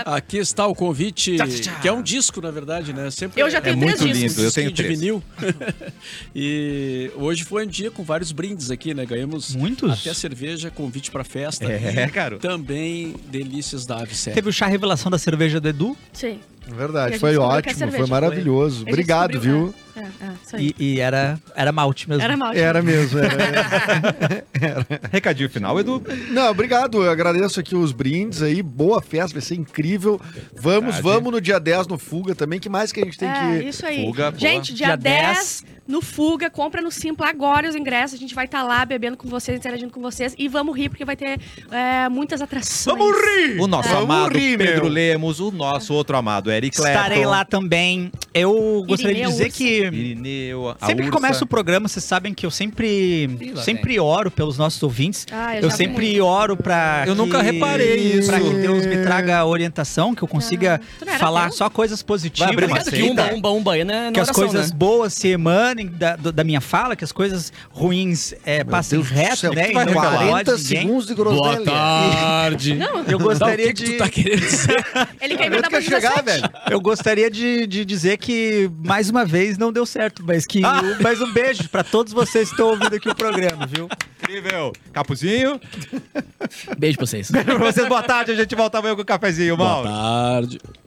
Aqui está o convite, que é um disco, na verdade, né? Sempre
Eu já
É
tenho três
muito
discos.
lindo, eu tenho
de
três.
vinil. e hoje foi um dia com vários brindes aqui, né? Ganhamos
Muitos?
até cerveja, convite pra festa.
É, cara.
Também delícias da ave Serra.
É. Teve o chá revelação da cerveja do Edu.
Sim. E a
Verdade,
gente
foi
descobriu que é
ótimo,
cerveja,
foi
foi.
maravilhoso.
A gente
Obrigado,
descobriu-
viu?
É, é, é, isso aí.
E, e era, era malte mesmo.
Era mal.
Era mesmo. Era.
Recadinho final, Edu.
Não, obrigado. Eu agradeço aqui os brindes aí. Boa festa, vai ser incrível. Vamos,
Verdade.
vamos no dia 10 no Fuga também. que mais que a gente tem
é,
que.
isso aí.
Fuga, boa.
gente,
Dia
dia, 10, no Fuga, compra no Simpla agora os ingressos. A gente vai estar lá bebendo com vocês, interagindo com vocês. E vamos rir, porque vai ter é, muitas atrações.
Vamos rir!
O
É
nosso
Vamos
amado
rir, meu.
Pedro Lemos, o nosso outro amado Eric Clapton.
Estarei lá também. Eu gostaria
Irineu
de dizer
Ursa.
que.
Irineu, a
Sempre que
Ursa.
começa o programa, vocês sabem que eu sempre,
lá
sempre oro pelos nossos ouvintes.
Ah,
eu
já
sempre
vi.
oro pra.
Eu
que-
nunca reparei isso.
Pra que Deus me traga orientação, que eu consiga
Ah, tu não era
falar
teu?
só coisas positivas.
Vai abrir uma
que-
seita?
Umba, umba, umba. é na- na
que as
oração,
coisas
né?
boas se emanem da, do- da minha fala, que as coisas ruins é, passem
Deus do
reto,
céu,
né?
tu
e
vai
não
falar.
incomode
40
ninguém.
segundos de
Boa
groselha.
tarde.
Eu
Então,
Tá, o
gostaria
que,
de.
que tu tá querendo dizer?
Ele quer
Eu
emendar pra
quero chegar,
17.
velho.
Eu gostaria de, de dizer que, mais uma vez, não deu certo, mas que. Mas um beijo pra todos vocês que estão ouvindo aqui o programa, viu?
Incrível. Capuzinho.
Beijo pra vocês.
pra vocês, boa tarde. A gente volta amanhã com o cafezinho,
Boa
Mauro.
tarde.